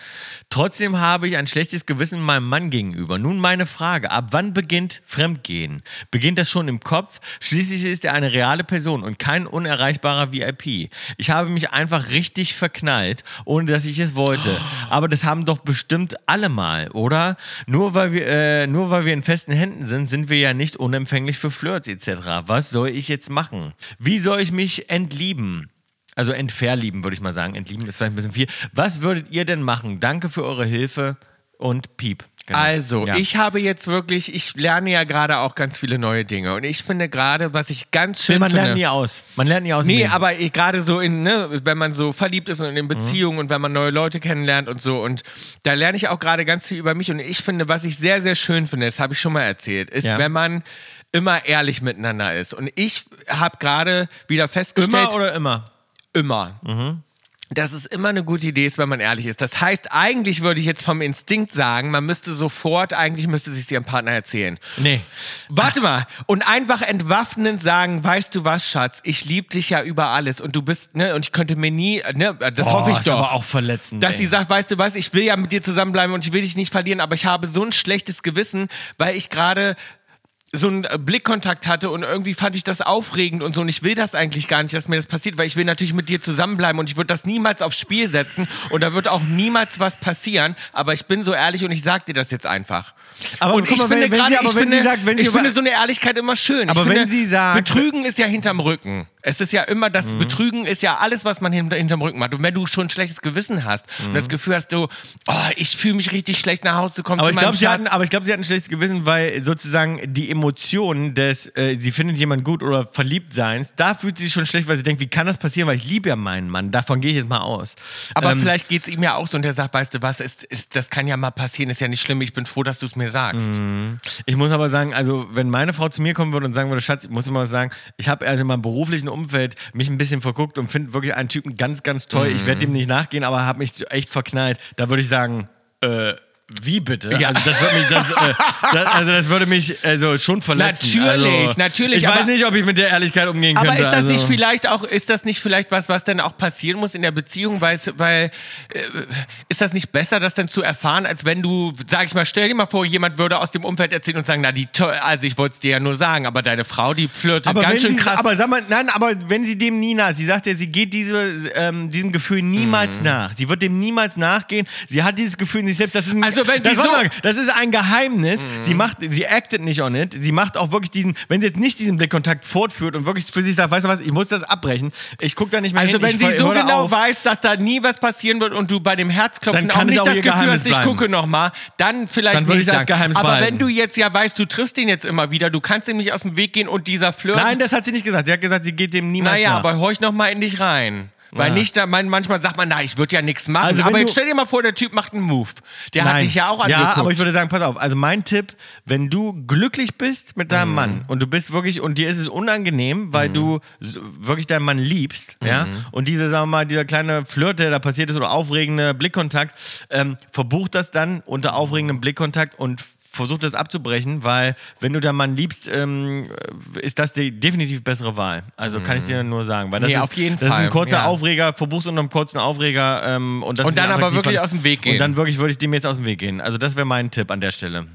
Trotzdem habe ich ein schlechtes Gewissen meinem Mann gegenüber. Nun meine Frage, ab wann beginnt Fremdgehen? Beginnt das schon im Kopf? Schließlich ist er eine reale Person und kein unerreichbarer VIP. Ich habe mich einfach richtig verknallt, ohne dass ich es wollte. Aber das haben doch bestimmt alle mal, oder? Nur weil wir, äh, nur weil wir in festen Händen sind, sind wir ja nicht unempfänglich für Flirts etc. Was soll ich jetzt machen? Wie soll ich mich entlieben? Also entverlieben, würde ich mal sagen. Entlieben ist vielleicht ein bisschen viel. Was würdet ihr denn machen? Danke für eure Hilfe und Piep. Genau. Also, Ja. ich habe jetzt wirklich, ich lerne ja gerade auch ganz viele neue Dinge. Und ich finde gerade, was ich ganz schön Man finde. lernt nie aus. Man lernt nie aus. im Nee, Leben. aber eh gerade so in, ne, wenn man so verliebt ist Mhm. und in Beziehungen und wenn man neue Leute kennenlernt und so. Und da lerne ich auch gerade ganz viel über mich. Und ich finde, was ich sehr, sehr schön finde, das habe ich schon mal erzählt, ist, Ja. wenn man immer ehrlich miteinander ist. Und ich habe gerade wieder festgestellt, Immer oder Mhm. immer? immer. Dass es immer eine gute Idee ist, wenn man ehrlich ist. Das heißt, eigentlich würde ich jetzt vom Instinkt sagen, man müsste sofort, eigentlich müsste sich ihrem Partner erzählen. Nee. Warte mal. Und einfach entwaffnend sagen, weißt du was, Schatz, ich liebe dich ja über alles und du bist, ne, und ich könnte mir nie, ne, das hoffe ich Oh, ist doch. aber auch verletzend. dass ey. sie sagt, weißt du was, ich will ja mit dir zusammenbleiben und ich will dich nicht verlieren, aber ich habe so ein schlechtes Gewissen, weil ich gerade so einen äh, Blickkontakt hatte und irgendwie fand ich das aufregend und so und ich will das eigentlich gar nicht, dass mir das passiert, weil ich will natürlich mit dir zusammenbleiben und ich würde das niemals aufs Spiel setzen und da wird auch niemals was passieren, aber ich bin so ehrlich und ich sag dir das jetzt einfach. Aber und guck ich mal, wenn- finde wenn sie- gerade, aber ich wenn sie finde, sagt, wenn sie ich über- finde so eine Ehrlichkeit immer schön. Aber ich wenn finde, sie sagt- Mhm. Betrügen ist ja hinterm Rücken. Es ist ja immer das Betrügen ist ja alles, was man hinter, hinterm Rücken macht. Und wenn du schon ein schlechtes Gewissen hast und das Gefühl hast, du, oh, ich fühle mich richtig schlecht nach Hause zu kommen, Mhm. zu Aber ich meinem glaube, sie, Schatz. hatten- aber ich glaub, sie hatten ein schlechtes Gewissen, weil sozusagen die Emotion des, äh, sie findet jemand gut oder verliebt seins, da fühlt sie sich schon schlecht, weil sie denkt, wie kann das passieren, weil ich liebe ja meinen Mann. Davon gehe ich jetzt mal aus. Aber Ähm, vielleicht geht es ihm ja auch so und er sagt, weißt du was, ist, ist, das kann ja mal passieren, ist ja nicht schlimm, ich bin froh, dass du es mir sagst. Ich muss aber sagen, also wenn meine Frau zu mir kommen würde und sagen würde, Schatz, ich muss immer sagen, ich habe also in meinem beruflichen Umfeld mich ein bisschen verguckt und finde wirklich einen Typen ganz, ganz toll. Ich Mhm. werde dem nicht nachgehen, aber habe mich echt verknallt. Da würde ich sagen, äh, wie bitte? Ja. Also das würde mich, das, äh, das, also das würde mich also schon verletzen. Natürlich, also, natürlich, Ich weiß aber- nicht, ob ich mit der Ehrlichkeit umgehen Aber könnte. ist das also. nicht vielleicht auch, ist das nicht vielleicht was, was dann auch passieren muss in der Beziehung, weil, es- weil äh, ist das nicht besser, das dann zu erfahren, als wenn du, sag ich mal, stell dir mal vor, jemand würde aus dem Umfeld erzählen und sagen, na die, to- also ich wollte es dir ja nur sagen, aber deine Frau, die flirtet aber ganz wenn schön sie, krass. Aber sag mal, nein, aber wenn sie dem nie nach, sie sagt ja, sie geht diese, ähm, diesem Gefühl niemals Mhm. nach. Sie wird dem niemals nachgehen. Sie hat dieses Gefühl in sich selbst. Das ist ein, Also wenn sie das, warte so- Mhm. mal, das ist ein Geheimnis. Sie macht, sie acted nicht on it. Sie macht auch wirklich diesen, wenn sie jetzt nicht diesen Blickkontakt fortführt und wirklich für sich sagt, weißt du was, ich muss das abbrechen. Ich gucke da nicht mehr also hin. wenn ich sie hör- so hör da genau auf. weiß, dass da nie was passieren wird und du bei dem Herzklopfen Dann kann auch es nicht auch das ihr Gefühl Geheimnis hast, ich bleiben. gucke nochmal, dann vielleicht Dann würde nicht ich es als sagen. Geheimnis aber behalten. wenn du jetzt ja weißt, du triffst ihn jetzt immer wieder, du kannst ihm nicht aus dem Weg gehen und dieser Flirt, Nein, das hat sie nicht gesagt. Sie hat gesagt, sie geht dem niemals naja, nach. aber horch nochmal in dich rein. Weil nicht, da- man, manchmal sagt man, na, ich würde ja nichts machen. Also wenn aber jetzt du- stell dir mal vor, der Typ macht einen Move. Der hat Nein. dich ja auch angeguckt. Ja, aber ich würde sagen, pass auf. Also mein Tipp, wenn du glücklich bist mit Mhm. deinem Mann und du bist wirklich und dir ist es unangenehm, weil du s- wirklich deinen Mann liebst, Mhm. ja, und diese, sagen wir mal, dieser kleine Flirt, der da passiert ist oder aufregende Blickkontakt, ähm, verbucht das dann unter aufregendem Blickkontakt und versucht das abzubrechen, weil wenn du deinen Mann liebst, ähm, ist das die definitiv bessere Wahl. Also kann ich dir nur sagen, weil das Mhm. Nee, ist auf jeden das ist Fall, ein kurzer ja. Aufreger, verbuchst unter einem kurzen Aufreger ähm, und das Und ist die dann aber attraktiv- wirklich aus dem Weg gehen. Und dann wirklich würde ich dem jetzt aus dem Weg gehen. Also das wäre mein Tipp an der Stelle.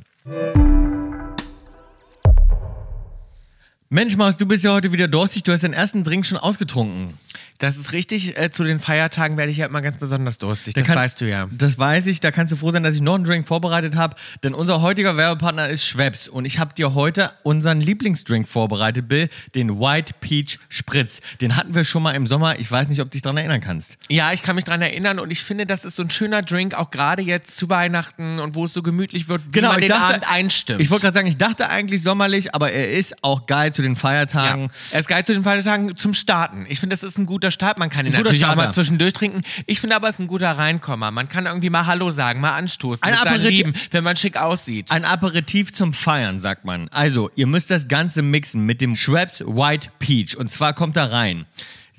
Mensch, Maus, du bist ja heute wieder durstig. Du hast den ersten Drink schon ausgetrunken. das ist richtig. Äh, zu den Feiertagen werde ich ja immer ganz besonders durstig. Das weißt du ja. Das weiß ich. Da kannst du froh sein, dass ich noch einen Drink vorbereitet habe. Denn unser heutiger Werbepartner ist Schweppes. Und ich habe dir heute unseren Lieblingsdrink vorbereitet, Bill. Den White Peach Spritz. Den hatten wir schon mal im Sommer. Ich weiß nicht, ob du dich daran erinnern kannst. Ja, ich kann mich dran erinnern und ich finde, das ist so ein schöner Drink, auch gerade jetzt zu Weihnachten und wo es so gemütlich wird, wie man den Abend einstimmt. Genau, Ich wollte gerade sagen, ich dachte eigentlich sommerlich, aber er ist auch geil zu den Feiertagen. Ja. Er ist geil zu den Feiertagen zum Starten. Ich finde, das ist ein guter Start. Man kann ihn guter natürlich auch Starter. mal zwischendurch trinken. Ich finde aber, es ist ein guter Reinkommer. Man kann irgendwie mal Hallo sagen, mal anstoßen. Ein mit seinen Aperitif- Lieben, wenn man schick aussieht. Ein Aperitif zum Feiern, sagt man. Also, ihr müsst das Ganze mixen mit dem Schweppes White Peach. Und zwar kommt da rein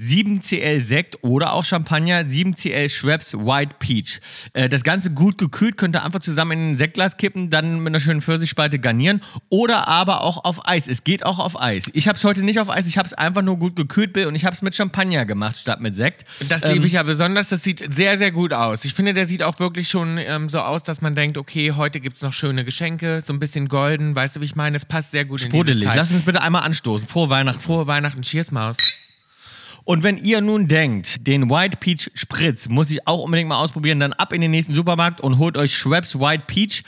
7cl Sekt oder auch Champagner, 7cl Schweppes White Peach. Äh, das Ganze gut gekühlt, könnt ihr einfach zusammen in ein Sektglas kippen, dann mit einer schönen Pfirsichspalte garnieren oder aber auch auf Eis. Es geht auch auf Eis. Ich habe es heute nicht auf Eis, ich habe es einfach nur gut gekühlt Bill, und ich habe es mit Champagner gemacht statt mit Sekt. Das Ähm, liebe ich ja besonders. Das sieht sehr, sehr gut aus. Ich finde, der sieht auch wirklich schon ähm, so aus, dass man denkt, okay, heute gibt es noch schöne Geschenke, so ein bisschen golden. Weißt du, wie ich meine? Es passt sehr gut in diese Brudelig. Zeit. Lass uns bitte einmal anstoßen. Frohe Weihnachten. Frohe Weihnachten. Cheers, Maus. Und wenn ihr nun denkt, den White Peach Spritz muss ich auch unbedingt mal ausprobieren, dann ab in den nächsten Supermarkt und holt euch Schweppes White Peach.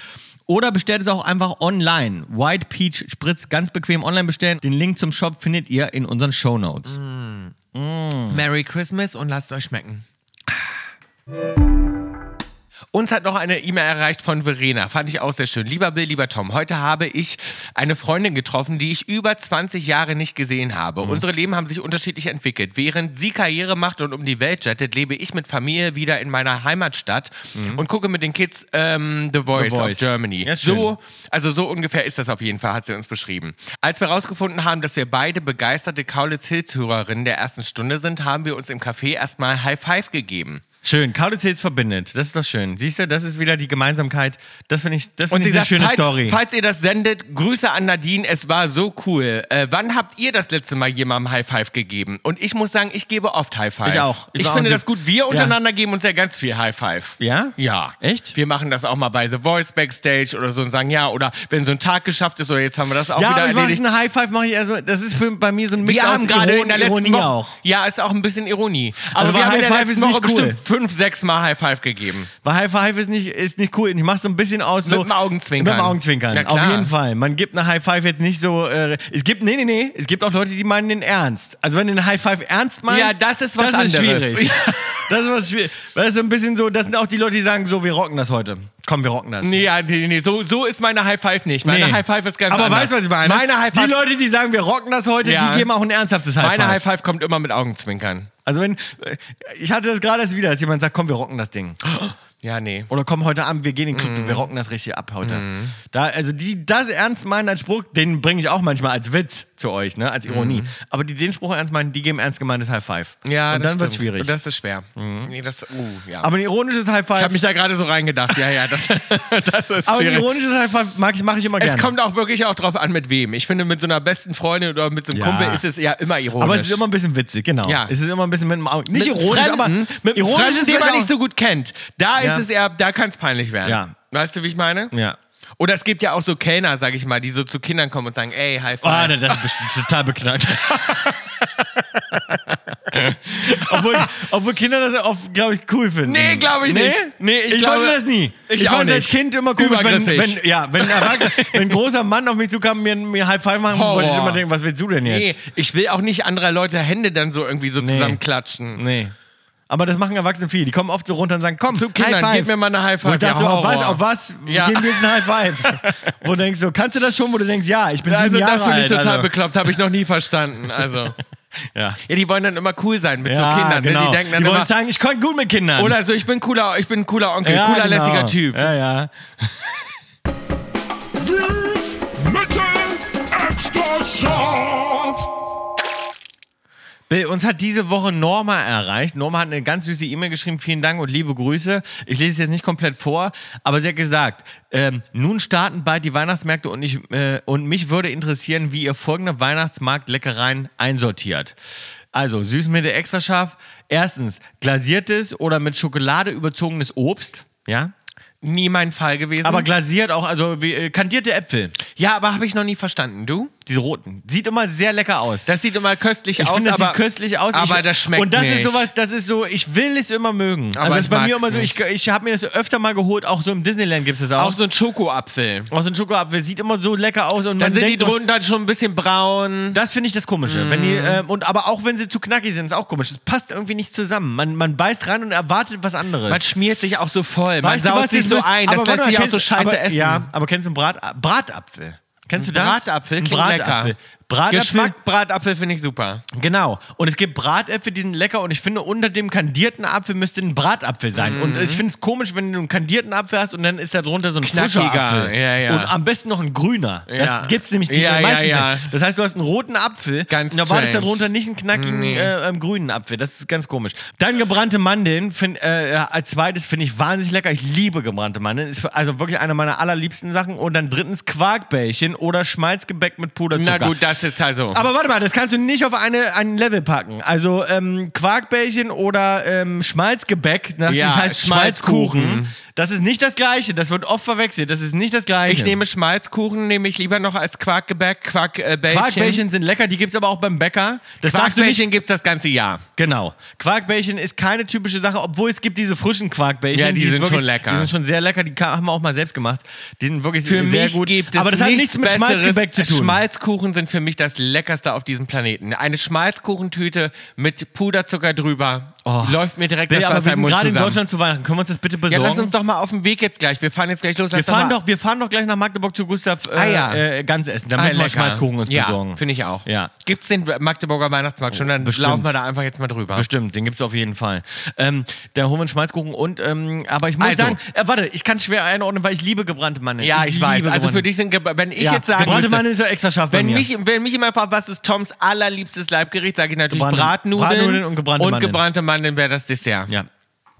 Oder bestellt es auch einfach online. White Peach Spritz ganz bequem online bestellen. Den Link zum Shop findet ihr in unseren Show Notes. Mhm. Merry Christmas und lasst es euch schmecken. Uns hat noch eine E-Mail erreicht von Verena. Fand ich auch sehr schön. Lieber Bill, lieber Tom, heute habe ich eine Freundin getroffen, die ich über 20 Jahre nicht gesehen Mhm. habe. Unsere Leben haben sich unterschiedlich entwickelt. Während sie Karriere macht und um die Welt jettet, lebe ich mit Familie wieder in meiner Heimatstadt und gucke mit den Kids ähm, The, Voice Mhm. Voice. of Germany. Ja, schön. so also so ungefähr ist das auf jeden Fall, hat sie uns beschrieben. Als wir herausgefunden haben, dass wir beide begeisterte Kaulitz-Hills-Hörerinnen der ersten Stunde sind, haben wir uns im Café erstmal High Five gegeben. Schön, Kaulitz Hills verbindet. Das ist doch schön. Siehst du, das ist wieder die Gemeinsamkeit. Das finde ich, das finde ich eine schöne falls, Story. falls ihr das sendet, Grüße an Nadine, es war so cool. Äh, wann habt ihr das letzte Mal jemandem High Five gegeben? Und ich muss sagen, ich gebe oft High Five. Ich auch. Ich Ich, war finde auch ein das Typ. gut. Wir Ja. untereinander geben uns ja ganz viel High Five. ja? Ja. Echt? Wir machen das auch mal bei The Voice Backstage oder so und sagen ja. Oder wenn so ein Tag geschafft ist oder jetzt haben wir das auch Ja, wieder aber ich mache erledigt. einen High Five, mache ich eher so. Das ist für, bei mir so ein Mix Wir aus haben gerade Iron- in der letzten Ironie Woche auch. Ja, ist auch ein bisschen Ironie. Aber Also wir war haben in High der Five letzten ist Woche nicht cool. bestimmt fünf, sechs Mal High Five gegeben. Weil High Five ist nicht, ist nicht cool. Ich mache so ein bisschen aus. So Mit dem Augenzwinkern. Mit dem Augenzwinkern. Ja, klar. Auf jeden Fall. Man gibt eine High Five jetzt nicht so. Äh, es gibt, nee, nee, nee. Es gibt auch Leute, die meinen den ernst. Also, wenn du einen High Five ernst meinst. Ja, das ist was anderes. schwierig. das ist was schwierig. Weil das ist so ein bisschen so. Das sind auch die Leute, die sagen, so, wir rocken das heute. Komm, wir rocken das. Nee, ja, nee, nee, so, so ist meine High Five nicht. Meine Nee. High Five ist ganz Aber anders. weißt du, was ich meine? Meine High Five, die Leute, die sagen, wir rocken das heute, Ja. die geben auch ein ernsthaftes High Five. meine High Five kommt immer mit Augenzwinkern. also wenn, äh, ich hatte das gerade erst wieder, dass jemand sagt, komm, wir rocken das Ding. Ja, nee. Oder komm heute Abend, wir gehen in den Club, Mhm. wir rocken das richtig ab heute. Da, also die das ernst meinen als Spruch, den bringe ich auch manchmal als Witz zu euch, ne, als Ironie. Aber die den Spruch ernst meinen, die geben ernst gemeintes High Five. Mhm. Ja, und das dann wird stimmt. schwierig. Mhm. Und das ist schwer. Nee, das, uh, ja. aber ein ironisches High ich habe Five, mich da gerade so reingedacht. Ja, ja, das, das ist aber ein schwierig. ironisches High Five mag ich, mache ich immer Es gerne. kommt auch wirklich auch drauf an, mit wem. Ich finde, mit so einer besten Freundin oder mit so einem Ja. Kumpel ist es ja immer ironisch. aber es ist immer ein bisschen witzig, genau. Ja. Es ist immer ein bisschen mit dem Auge. Nicht mit ironisch, Fremden, aber mit ironisch ironisch Fremden, ist den man vielleicht nicht auch- so gut kennt. Da Ja. ist es eher, da kann es peinlich werden. Ja. Weißt du, wie ich meine? Ja. Oder es gibt ja auch so Kellner, sag ich mal, die so zu Kindern kommen und sagen, ey, High Ah, Five. ne, das ist bestimmt total beknallt. obwohl, obwohl Kinder das oft, glaube ich, cool finden. Nee, glaub ich nicht. Nee, ich ich glaube- wollte das nie. Ich auch fand als nicht. Kind immer komisch, wenn, Übergriffig. wenn, ja, wenn, ein Erwachsener- wenn ein großer Mann auf mich zukam und mir, mir High Five machen Horror. wollte, ich immer denken, was willst du denn nee, jetzt? ich will auch nicht anderer Leute Hände dann so irgendwie so zusammenklatschen. Nee. Aber das machen Erwachsene viel. Die kommen oft so runter und sagen, komm, Zu Kindern, High Five. gib mir mal eine High Wo Five. ich dachte, Ja, auf was, Horror. auf was, Ja. geben wir jetzt einen High Five? wo du denkst so, kannst du das schon? Wo du denkst, ja, ich bin Also, sieben Jahre das finde ich alt. total also. bekloppt, habe ich noch nie verstanden. Also. Ja. Ja, die wollen dann immer cool sein mit Ja, genau. so Kindern. Ne? Die denken dann wollen immer, sagen, ich konnte gut mit Kindern. oder so, ich bin cooler, ich bin ein cooler Onkel, ja, cooler, genau. lässiger Typ. Ja, ja. Süß, mittel, extra scharf. Bill, uns hat diese Woche Norma erreicht. Norma hat eine ganz süße E-Mail geschrieben. Vielen Dank und liebe Grüße. Ich lese es jetzt nicht komplett vor, aber sie hat gesagt, ähm, nun starten bald die Weihnachtsmärkte und, ich, äh, und mich würde interessieren, wie ihr folgende Weihnachtsmarktleckereien einsortiert. Also Süßmittel extra scharf. Erstens, glasiertes oder mit Schokolade überzogenes Obst. Ja, Nie mein Fall gewesen. aber glasiert auch, also wie, äh, kandierte Äpfel, ja, aber habe ich noch nie verstanden. Du? diese roten. Sieht immer sehr lecker aus. Das sieht immer köstlich Ich aus. finde, das aber, sieht köstlich aus. Aber ich, das schmeckt Und das nicht. ist sowas, das ist so, ich will es immer mögen. Aber also das ich ist bei mir mag's immer so, ich, ich habe mir das öfter mal geholt, auch so im Disneyland gibt es das auch. Auch so ein Schokoapfel. aus dem Schokoapfel, sieht immer so lecker aus und Dann man sind die denkt, drunter schon ein bisschen braun. das finde ich das Komische. Wenn Mhm. die, ähm, und aber auch wenn sie zu knackig sind, ist auch komisch. Das passt irgendwie nicht zusammen. Man, man beißt rein und erwartet was anderes. Man schmiert sich auch so voll. Man Weißt du saut was, sich das so müsst- ein. Das aber warte lässt mal, sich auch kennst- so scheiße aber, essen. Ja, aber kennst du einen Brat, Bratapfel? Kennst du das? Bratapfel Ein klingt Bratapfel. lecker. Bratapfel, Geschmack Bratapfel finde ich super. Genau. Und es gibt Bratäpfel, die sind lecker. Und ich finde, unter dem kandierten Apfel müsste ein Bratapfel sein. Und Mhm. ich finde es komisch, wenn du einen kandierten Apfel hast und dann ist da drunter so ein frischer Knackiger. Apfel. Ja, ja. Und am besten noch ein grüner. Ja. Das gibt es nämlich nicht Ja, in den ja, meisten ja. Fällen. Das heißt, du hast einen roten Apfel Ganz und da war das strange. darunter nicht einen knackigen äh, ähm, grünen Apfel. Das ist ganz komisch. Dann gebrannte Mandeln find, äh, als zweites finde ich wahnsinnig lecker. Ich liebe gebrannte Mandeln. Ist also wirklich eine meiner allerliebsten Sachen. Und dann drittens Quarkbällchen oder Schmalzgebäck mit Puderzucker. Na gut, das ist also. Aber warte mal, das kannst du nicht auf eine, ein Level packen. Also ähm, Quarkbällchen oder ähm, Schmalzgebäck, ne? Ja, das heißt Schmalzkuchen. Schmalzkuchen. Das ist nicht das Gleiche, das wird oft verwechselt, das ist nicht das Gleiche. ich nehme Schmalzkuchen, nehme ich lieber noch als Quarkgebäck, äh, Quarkbällchen. Quarkbällchen sind lecker, die gibt es aber auch beim Bäcker. Das darfst du nicht. Quarkbällchen gibt es das ganze Jahr. Genau. Quarkbällchen ist keine typische Sache, obwohl es gibt diese frischen Quarkbällchen. Ja, die es sind wirklich, schon lecker. Die sind schon sehr lecker, die ka- haben wir auch mal selbst gemacht. Die sind wirklich Für sehr mich gut. gibt es aber das hat nichts mit Besseres. Schmalzgebäck zu tun. Schmalzkuchen sind für mich das Leckerste auf diesem Planeten. Eine Schmalzkuchentüte mit Puderzucker drüber läuft mir direkt Bill, das Oh. aber wir Wasser im sind Mund gerade in zusammen. Deutschland zu Weihnachten. Können wir uns das bitte ja, besorgen? lass uns doch mal auf den Weg jetzt gleich. Wir fahren jetzt gleich los. Wir Lass fahren, mal- doch, wir fahren doch gleich nach Magdeburg zu Gustav äh, Ah, ja. äh, ganz essen. Da Ah, müssen wir lecker. Schmalzkuchen uns ja, besorgen. finde ich auch. Ja. Gibt's den Magdeburger Weihnachtsmarkt schon? Dann Bestimmt. laufen wir da einfach jetzt mal drüber. Bestimmt, den gibt es auf jeden Fall. Ähm, da holen wir einen Schmalzkuchen und, ähm, aber ich muss Also. sagen, äh, warte, ich kann schwer einordnen, weil ich liebe gebrannte Mandeln. Ja, ich, liebe weiß. Also gebrannte- für dich sind, gebra- wenn ich ja. jetzt sagen Gebrannte müsste, Mandeln ist ja extra scharf bei wenn mir. mich, wenn mich jemand fragt, was ist Toms allerliebstes Leibgericht, sage ich natürlich Gebrannte- Bratnudeln, Bratnudeln und gebrannte Mandeln. gebrannte Mandeln wäre das Dessert. ja.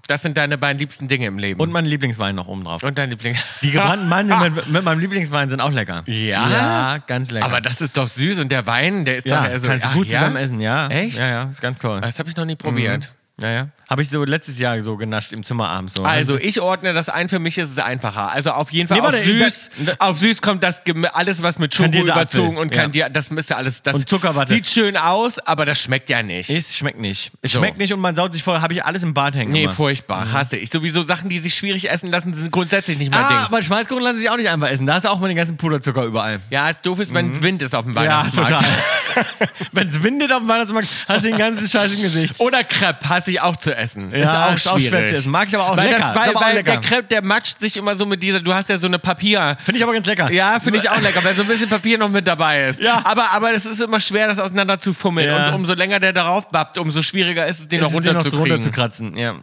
Das sind deine beiden liebsten Dinge im Leben. Und mein Lieblingswein noch oben drauf. Und dein Liebling. Die gebrannten Mandeln mit, mit meinem Lieblingswein sind auch lecker. Ja? Ja, ganz lecker. Aber das ist doch süß und der Wein, der ist ja, doch eher so. kannst du ach gut ja? zusammen essen, Mhm. ja. Echt? Ja, ja, ist ganz toll. Das habe ich noch nie probiert. Ja, ja. Habe ich so letztes Jahr so genascht im Zimmer abends. So. Also ich ordne das ein, für mich ist es einfacher. Also auf jeden Fall Nee, warte, auf süß. da- da- auf süß kommt das Gem- alles, was mit Schoko Kandierter überzogen Apfel, und ja. kandiert, das ist ja alles. Das Und Zuckerwatte. Sieht schön aus, aber das schmeckt ja nicht. Es schmeckt nicht. Es So. schmeckt nicht und man saut sich voll. Habe ich alles im Bad hängen. nee, immer. Mhm. furchtbar. Hasse ich. Sowieso Sachen, die sich schwierig essen lassen, sind grundsätzlich nicht mein Ah, Ding. aber Schmalzkuchen lassen sich auch nicht einfach essen. Da ist auch mal den ganzen Puderzucker überall. Ja, es doof ist, wenn Mhm. es Wind ist auf dem Weihnachtsmarkt. Wenn es windet auf dem Weihnachtsmarkt, hast du den ganzen Scheiß im Gesicht. Oder Crepe hasse ich auch zu essen. Ja, ist auch schwierig. zu essen. Mag ich aber auch weil lecker. das, Ist weil, aber auch weil lecker. der Crepe, der matscht sich immer so mit dieser, du hast ja so eine Papier. Finde ich aber ganz lecker. Ja, finde ich auch lecker, weil so ein bisschen Papier noch mit dabei ist. Ja. Aber, aber es ist immer schwer, das auseinander zu fummeln. Ja. Und umso länger der darauf bappt, umso schwieriger ist es, den noch Ist es dir noch runterzukriegen. runterzukratzen. Ja.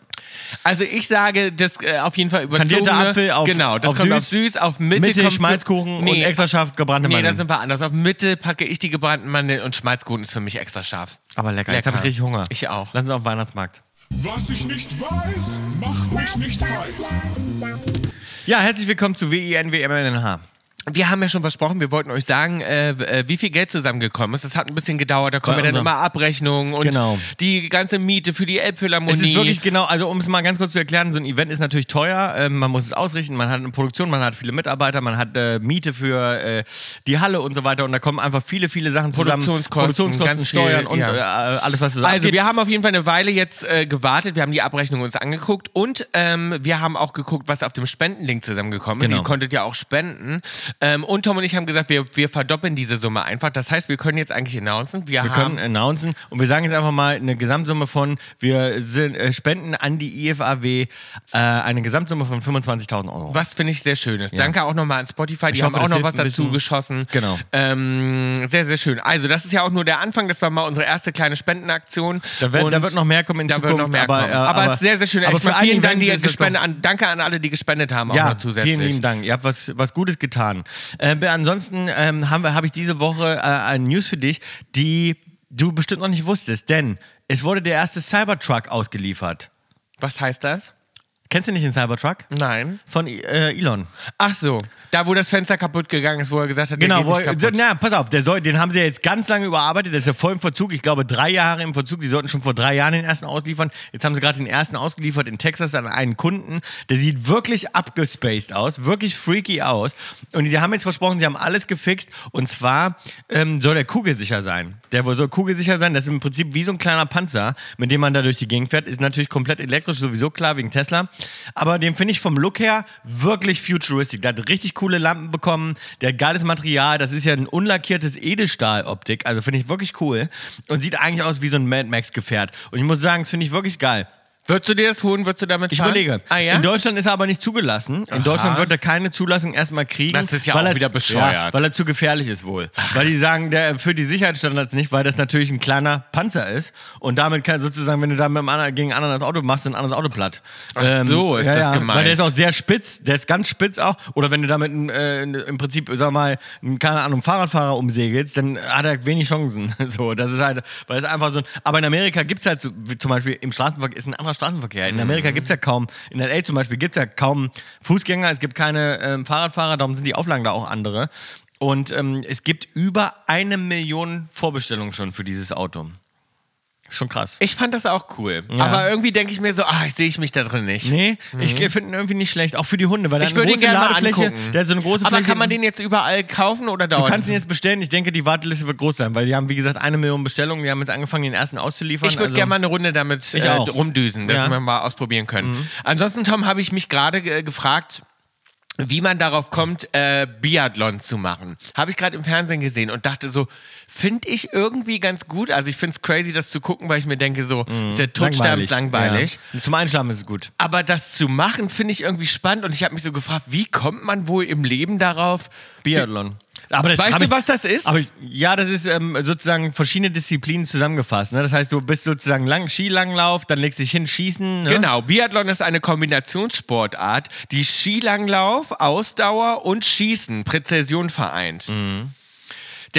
also ich sage, das äh, auf jeden Fall überzogene. Kandierter Apfel auf- Genau, das auf kommt süß, auf süß, auf Mitte, Mitte kommt Schmalzkuchen nee, und extra scharf gebrannte Nee, da Mandeln. sind wir anders. Auf Mitte packe ich die gebrannten Mandeln und Schmalzkuchen ist für mich extra scharf. Aber lecker. Jetzt habe ich richtig Hunger. Ich auch. Lass uns auf den Weihnachtsmarkt. Was ich nicht weiß, macht mich nicht heiß. Ja, herzlich willkommen zu E WINWMNH. Wir haben ja schon versprochen, wir wollten euch sagen, äh, äh, wie viel Geld zusammengekommen ist. Das hat ein bisschen gedauert, da kommen Bei ja dann unserem- immer Abrechnungen und Genau. die ganze Miete für die Elbphilharmonie. Es ist wirklich genau, also um es mal ganz kurz zu erklären, so ein Event ist natürlich teuer, ähm, man muss es ausrichten, man hat eine Produktion, man hat viele Mitarbeiter, man hat äh, Miete für äh, die Halle und so weiter und da kommen einfach viele, viele Sachen zusammen. Produktionskosten, ganz viel, Steuern und ja. äh, alles, was du sagst. also wir haben auf jeden Fall eine Weile jetzt äh, gewartet, wir haben die Abrechnung uns angeguckt und ähm, wir haben auch geguckt, was auf dem Spendenlink zusammengekommen ist. Genau. Ihr konntet ja auch spenden Ähm, und Tom und ich haben gesagt, wir, wir verdoppeln diese Summe einfach. Das heißt, wir können jetzt eigentlich announcen, wir, Wir haben können announcen und wir sagen jetzt einfach mal eine Gesamtsumme von, wir sind, äh, spenden an die IFAW äh, eine Gesamtsumme von 25.000 Euro. Was finde ich sehr schönes. Danke auch nochmal an Spotify. Die Ich hoffe, haben auch das noch hilft was ein dazu bisschen. geschossen. Genau. Ähm, sehr, sehr schön. Also, das ist ja auch nur der Anfang. Das war mal unsere erste kleine Spendenaktion. Da, wird, Und da wird noch mehr kommen in da Zukunft. wird noch mehr aber, kommen. äh, aber es ist sehr, sehr schön. Aber Echt mal für ein vielen Dank, Event die ist das gespendet doch- an, danke an alle, die gespendet haben, auch Ja, noch zusätzlich. vielen lieben Dank. Ihr habt was, was Gutes getan. Äh, be- ansonsten ähm, habe hab ich diese Woche äh, eine News für dich, die du bestimmt noch nicht wusstest, denn es wurde der erste Cybertruck ausgeliefert. Was heißt das? Kennst du nicht den Cybertruck? Nein. Von äh, Elon. Ach so, da wo das Fenster kaputt gegangen ist, wo er gesagt hat, Genau, der wo, geht nicht so, kaputt. na, pass auf, der soll, den haben sie ja jetzt ganz lange überarbeitet, das ist ja voll im Verzug, ich glaube drei Jahre im Verzug, die sollten schon vor drei Jahren den ersten ausliefern, jetzt haben sie gerade den ersten ausgeliefert in Texas an einen Kunden, der sieht wirklich abgespaced aus, wirklich freaky aus und die haben jetzt versprochen, sie haben alles gefixt und zwar ähm, soll der kugelsicher sein, der wohl soll kugelsicher sein, das ist im Prinzip wie so ein kleiner Panzer, mit dem man da durch die Gegend fährt, ist natürlich komplett elektrisch, sowieso klar, wegen Tesla, aber den finde ich vom Look her wirklich futuristisch, der hat richtig coole Lampen bekommen, der hat geiles Material, das ist ja ein unlackiertes Edelstahloptik, also finde ich wirklich cool und sieht eigentlich aus wie so ein Mad Max Gefährt und ich muss sagen, das finde ich wirklich geil. Würdest du dir das holen? Würdest du damit Ich fahren? überlege. Ah, ja? In Deutschland ist er aber nicht zugelassen. In Deutschland wird er keine Zulassung erstmal kriegen. Das ist ja weil auch er- wieder bescheuert. Ja, weil er zu gefährlich ist wohl. Weil die sagen, der erfüllt die Sicherheitsstandards nicht, weil das natürlich ein kleiner Panzer ist. Und damit kann sozusagen, wenn du da mit einem anderen, gegen einen anderen das Auto machst, ist ein anderes Auto platt. Ach so, ist das gemeint. Ähm, Weil der ist auch sehr spitz, der ist ganz spitz auch. Oder wenn du damit äh, im Prinzip, sag mal, einen, keine Ahnung, Fahrradfahrer umsegelst, dann hat er wenig Chancen. So, das ist halt, weil es einfach so ein. Aber in Amerika gibt es halt, so, wie zum Beispiel im Straßenverkehr, ist ein anderer Straßenverkehr. In Mhm. Amerika gibt es ja kaum, in L.A. zum Beispiel gibt es ja kaum Fußgänger, es gibt keine ähm, Fahrradfahrer, darum sind die Auflagen da auch andere. Und ähm, es gibt über eine Million Vorbestellungen schon für dieses Auto. Schon krass. ich fand das auch cool. Aber irgendwie denke ich mir so, ah, ich sehe ich mich da drin nicht. Nee, ich finde ihn irgendwie nicht schlecht. Auch für die Hunde, weil Mhm. er Ich hat eine würde ihn große gerne mal Ladefläche. angucken. Der hat so eine große Aber Fläche. kann man den jetzt überall kaufen oder dauert Du kannst das? ihn jetzt bestellen. Ich denke, die Warteliste wird groß sein, weil die haben, wie gesagt, eine Million Bestellungen. Die haben jetzt angefangen, den ersten auszuliefern. Ich würde also, gerne mal eine Runde damit Ich äh, auch. rumdüsen, dass Ja. Mhm. wir mal ausprobieren können. Ansonsten, Tom, habe ich mich gerade äh, gefragt, wie man darauf kommt, äh, Biathlon zu machen. Habe ich gerade im Fernsehen gesehen und dachte so, finde ich irgendwie ganz gut. Also ich finde es crazy, das zu gucken, weil ich mir denke so, ist der totsterbenslangweilig. langweilig. Mhm. Ja. Zum Einschlafen ist es gut. Aber das zu machen, finde ich irgendwie spannend und ich habe mich so gefragt, wie kommt man wohl im Leben darauf? Biathlon. Aber das Weißt hab du, ich- was das ist? Aber ich, ja, das ist ähm, sozusagen verschiedene Disziplinen zusammengefasst. Ne? Das heißt, du bist sozusagen lang, Skilanglauf, dann legst dich hin, schießen. Ne? Genau, Biathlon ist eine Kombinationssportart, die Skilanglauf, Ausdauer und Schießen, Präzision vereint. Der, Mhm.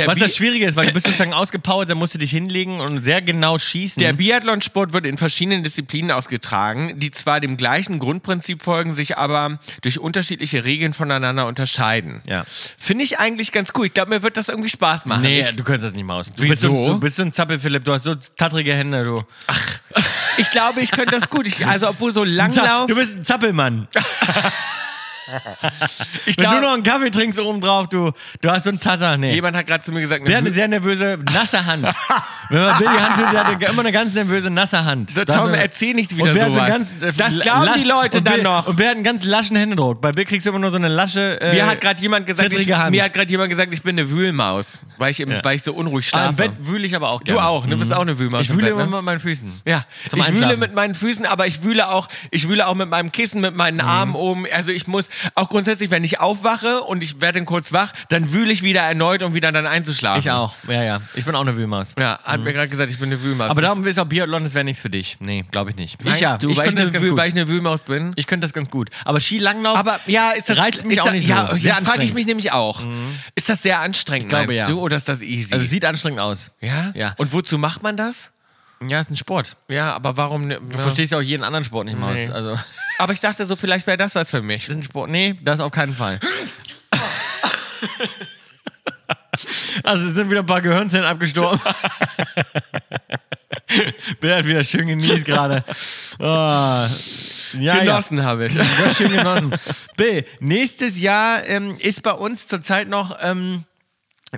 Was Bi das Schwierige ist, weil du bist sozusagen ausgepowert, dann musst du dich hinlegen und sehr genau schießen. der Biathlonsport wird in verschiedenen Disziplinen ausgetragen, die zwar dem gleichen Grundprinzip folgen, sich aber durch unterschiedliche Regeln voneinander unterscheiden. Ja. Finde ich eigentlich ganz cool. Ich glaube, mir wird das irgendwie Spaß machen. Nee, Ich, du könntest das nicht machen. Du bist Wieso? so, ein- du bist so ein Zappel, Philipp. Du hast so tattrige Hände, du. ich glaube, ich könnte das gut. Ich, also, obwohl so Zapp, Langlauf. du bist ein Zappelmann. ich Wenn du glaub, noch einen Kaffee trinkst oben drauf, du, du hast so einen Tatter. Nee. jemand hat gerade zu mir gesagt, Der hat eine eine sehr nervöse, nasse Hand. Wenn man Billy Hand schüttelt, der hat immer eine ganz nervöse, nasse Hand. So, Da Tom, ist so- erzähl nicht wieder und Bär hat so sowas. einen ganz, äh, Das glauben lasch- die Leute und dann Bär- noch. Und Bär hat einen ganz laschen Händedruck. Bei Bill kriegst du immer nur so eine lasche. Äh, Mir hat gerade jemand gesagt, ich, zittrige Hand. mir hat gerade jemand gesagt, ich bin eine Wühlmaus, weil ich, im, weil ich so unruhig Ah, Im schlafe. Bett wühle ich aber auch du gerne. auch, ne? Bist auch eine Wühlmaus. Genau. Mhm. Ich im Bett, wühle immer ne? mit meinen Füßen. Ja, Zum ich wühle Einschlafen. mit meinen Füßen, aber ich wühle auch, ich wühle auch mit meinem Kissen, mit Mhm. meinen Armen oben. Also ich muss auch grundsätzlich, wenn ich aufwache und ich werde dann kurz wach, dann wühle ich wieder erneut, um wieder dann einzuschlafen. Ich auch. Ja, ja. Ich bin auch eine Wühlmaus. Ja, hat mir gerade gesagt, ich bin eine Wühlmaus. Aber darum ist auch Biathlon, das wäre nichts für dich. Nee, glaube ich nicht. Meinst du, ich weil, ich könnte das eine ganz Wühl, gut. weil ich eine Wühlmaus bin? Ich könnte das ganz gut. Aber Skilanglauf Aber ja, ist das reizt mich ist auch das, nicht so. Ja, Sehr das frage ich anstrengend. Mhm. mich nämlich auch. Ist das sehr anstrengend, glaube, meinst ja. du, oder ist das easy? Also es sieht anstrengend aus. ja? Ja. Und wozu macht man das? Ja, ist ein Sport. Ja, aber warum? ne- Du ja. verstehst ja auch jeden anderen Sport nicht mal Nee. aus. Also Aber ich dachte so, vielleicht wäre das was für mich. ist ein Sport. Nee, das auf keinen Fall. Also es sind wieder ein paar Gehirnzellen abgestorben. Bill hat wieder schön genießt gerade. Oh. Ja, ja. Ah. Genossen habe ich. Ja, schön genossen. Bill, nächstes Jahr ähm, ist bei uns zurzeit noch ähm,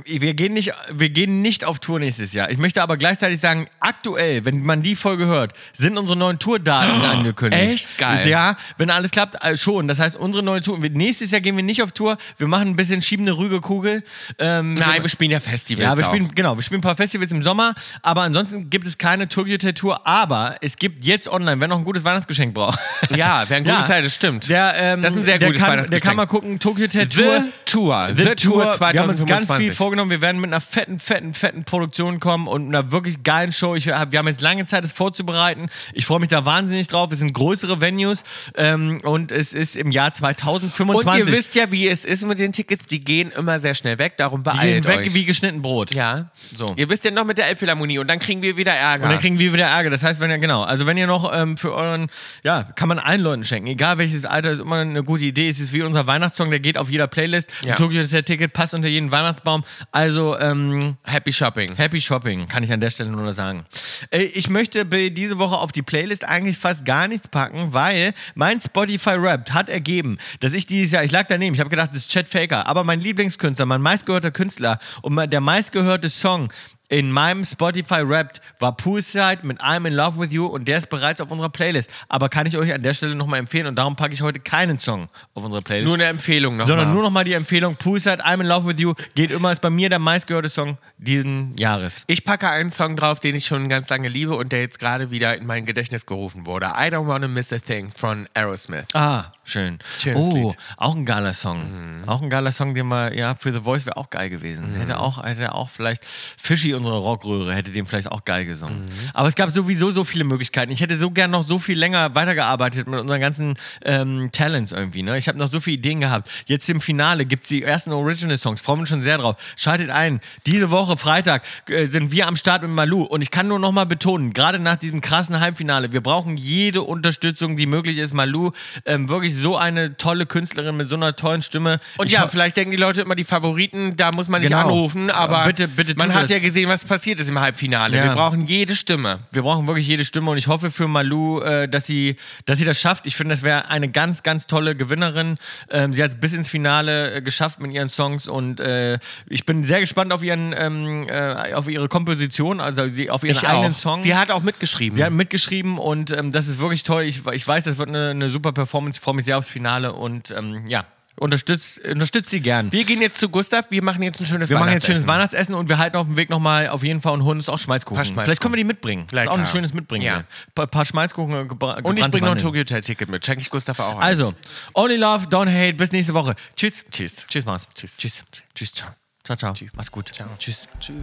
Wir gehen, nicht, wir gehen nicht auf Tour nächstes Jahr. Ich möchte aber gleichzeitig sagen, aktuell, wenn man die Folge hört, sind unsere neuen Tourdaten angekündigt. Oh, echt? Geil. Ja, wenn alles klappt, äh, schon. Das heißt, unsere neue Tour. wir- Nächstes Jahr gehen wir nicht auf Tour. Wir machen ein bisschen schiebende Rügekugel. Ähm, Nein, wir spielen ja Festivals. ja, wir auch. spielen, genau, wir spielen ein paar Festivals im Sommer, aber ansonsten gibt es keine Tokyo Tour, aber es gibt jetzt online, wer noch ein gutes Weihnachtsgeschenk braucht. Ja, wer ein gutes Teil, das stimmt. Der, ähm, Das ist ein sehr der gutes kann, Der Weihnachtsgeschenk. kann mal gucken, Tokyo The Tattoo. Tour. The, Tour 2025. Wir haben uns ganz viel vorgenommen. Wir werden mit einer fetten, fetten, fetten Produktion kommen und einer wirklich geilen Show. Ich, hab- wir haben jetzt lange Zeit, es vorzubereiten. Ich freue mich da wahnsinnig drauf. Es sind größere Venues ähm, und es ist im Jahr 2025. Und ihr wisst ja, wie es ist mit den Tickets, die gehen immer sehr schnell weg, darum die gehen beeilt weg euch. wie geschnitten Brot. ja, So. Ihr wisst ja noch mit der Elbphilharmonie und dann kriegen wir wieder Ärger. Und dann kriegen wir wieder Ärger. Das heißt, wenn ihr, genau, also wenn ihr noch ähm, für euren, ja, kann man allen Leuten schenken. Egal welches Alter, ist immer eine gute Idee. Es ist wie unser Weihnachtssong, der geht auf jeder Playlist. Ja. Ja. Tokyo Hotel Ticket passt unter jeden Weihnachtsbaum. Also, ähm, Happy Shopping. Happy Shopping, kann ich an der Stelle nur sagen. Äh, Ich möchte be- diese Woche auf die Playlist eigentlich fast gar nichts packen, weil mein Spotify Wrapped hat ergeben, dass ich dieses Jahr, ich lag daneben, ich habe gedacht, das ist Chad Faker, aber mein Lieblingskünstler, mein meistgehörter Künstler und mein- der meistgehörte Song in meinem Spotify Wrapped war Poolside mit I'm in Love with You und der ist bereits auf unserer Playlist. Aber kann ich euch an der Stelle nochmal empfehlen und darum packe ich heute keinen Song auf unsere Playlist. Nur eine Empfehlung nochmal. sondern nur nochmal die Empfehlung, Poolside, I'm in Love with You, geht immer, ist bei mir der meistgehörte Song diesen Jahres. Ich packe einen Song drauf, den ich schon ganz lange liebe und der jetzt gerade wieder in mein Gedächtnis gerufen wurde. I Don't Wanna Miss a Thing von Aerosmith. Ah, schön. Schönes oh, Lied. Mhm. auch ein geiler Song. Auch ein geiler Song, den man, ja, für The Voice wäre auch geil gewesen. Hätte auch, hätte auch vielleicht Fischi, unsere Rockröhre, hätte den vielleicht auch geil Mhm. gesungen. Aber es gab sowieso so viele Möglichkeiten. Ich hätte so gern noch so viel länger weitergearbeitet mit unseren ganzen ähm, Talents irgendwie. Ne? Ich habe noch so viele Ideen gehabt. Jetzt im Finale gibt es die ersten Original-Songs. Freuen wir uns schon sehr drauf. Schaltet ein. Diese Woche, Freitag, äh, sind wir am Start mit Malu. Und ich kann nur nochmal betonen, gerade nach diesem krassen Halbfinale, wir brauchen jede Unterstützung, die möglich ist. Malu, ähm, wirklich so eine tolle Künstlerin mit so einer tollen Stimme. Und Ich ja, ho- vielleicht denken die Leute immer, die Favoriten, da muss man nicht Genau. anrufen, aber Bitte- bitte man tut hat es. ja gesehen, was passiert ist im Halbfinale. Ja. Wir brauchen jede Stimme. wir brauchen wirklich jede Stimme und ich hoffe für Malu, äh, dass, sie, dass sie das schafft. Ich finde, das wäre eine ganz, ganz tolle Gewinnerin. Ähm, sie hat es bis ins Finale äh, geschafft mit ihren Songs und äh, ich bin sehr gespannt auf, ihren, ähm, äh, auf ihre Komposition, also sie, auf ihren eigenen Song. Sie hat auch mitgeschrieben. Sie hat mitgeschrieben und ähm, das ist wirklich toll. Ich, ich weiß, das wird eine, eine super Performance. Ich freue mich sehr aufs Finale und ähm, ja, unterstützt, unterstützt sie gern. wir gehen jetzt zu Gustav, wir machen jetzt ein schönes Wir machen jetzt schönes Weihnachtsessen. Weihnachtsessen und wir halten auf dem Weg nochmal auf jeden Fall einen Hund, ist auch Schmalzkuchen. Paar Schmalzkuchen. Vielleicht können wir die mitbringen. Vielleicht, auch ein ja. schönes mitbringen. Ja. Ein paar, paar Schmalzkuchen äh, gebra Und ich gebrannte bringe noch ein Mandeln. Tokyo Ticket mit. Schenke ich Gustav auch eins. Also, only love, don't hate. Bis nächste Woche. Tschüss. Tschüss. Tschüss, Mars. Tschüss. Tschüss. Tschüss. Ciao. Ciao, ciao. Mach's gut. Ciao. Tschüss. Tschüss.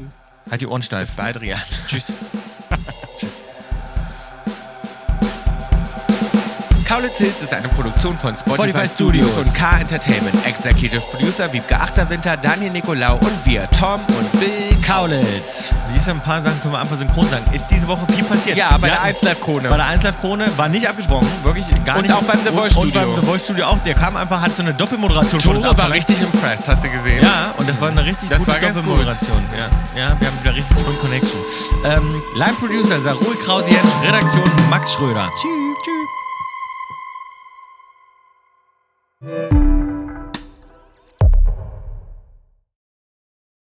Halt die Ohren steif. Bei Adrian. Tschüss. Kaulitz Hills ist eine Produktion von Spotify, Spotify Studios Studios. und K Entertainment. Executive Producer Wiebke Achterwinter, Daniel Nicolau und wir, Tom und Bill Kaulitz. Siehst du, ein paar Sachen können wir einfach synchron sagen. Ist diese Woche viel passiert? Ja, bei Wir der hatten- 1 Live Krone. Bei der 1 Live Krone war nicht abgesprochen, wirklich gar Und nicht. auch beim The Voice Und, und Studio. beim The Voice Studio auch. Der kam einfach, hat so eine Doppelmoderation von uns Tore war abverlangt. richtig impressed, hast du gesehen? Ja, und das war eine richtig Das war gute ganz gut. Doppelmoderation. Ja. ja, wir haben wieder richtig tolle Connection. Ähm, Line Producer Sarul Krause-Jensch, Redaktion Max Schröder. Tschüss.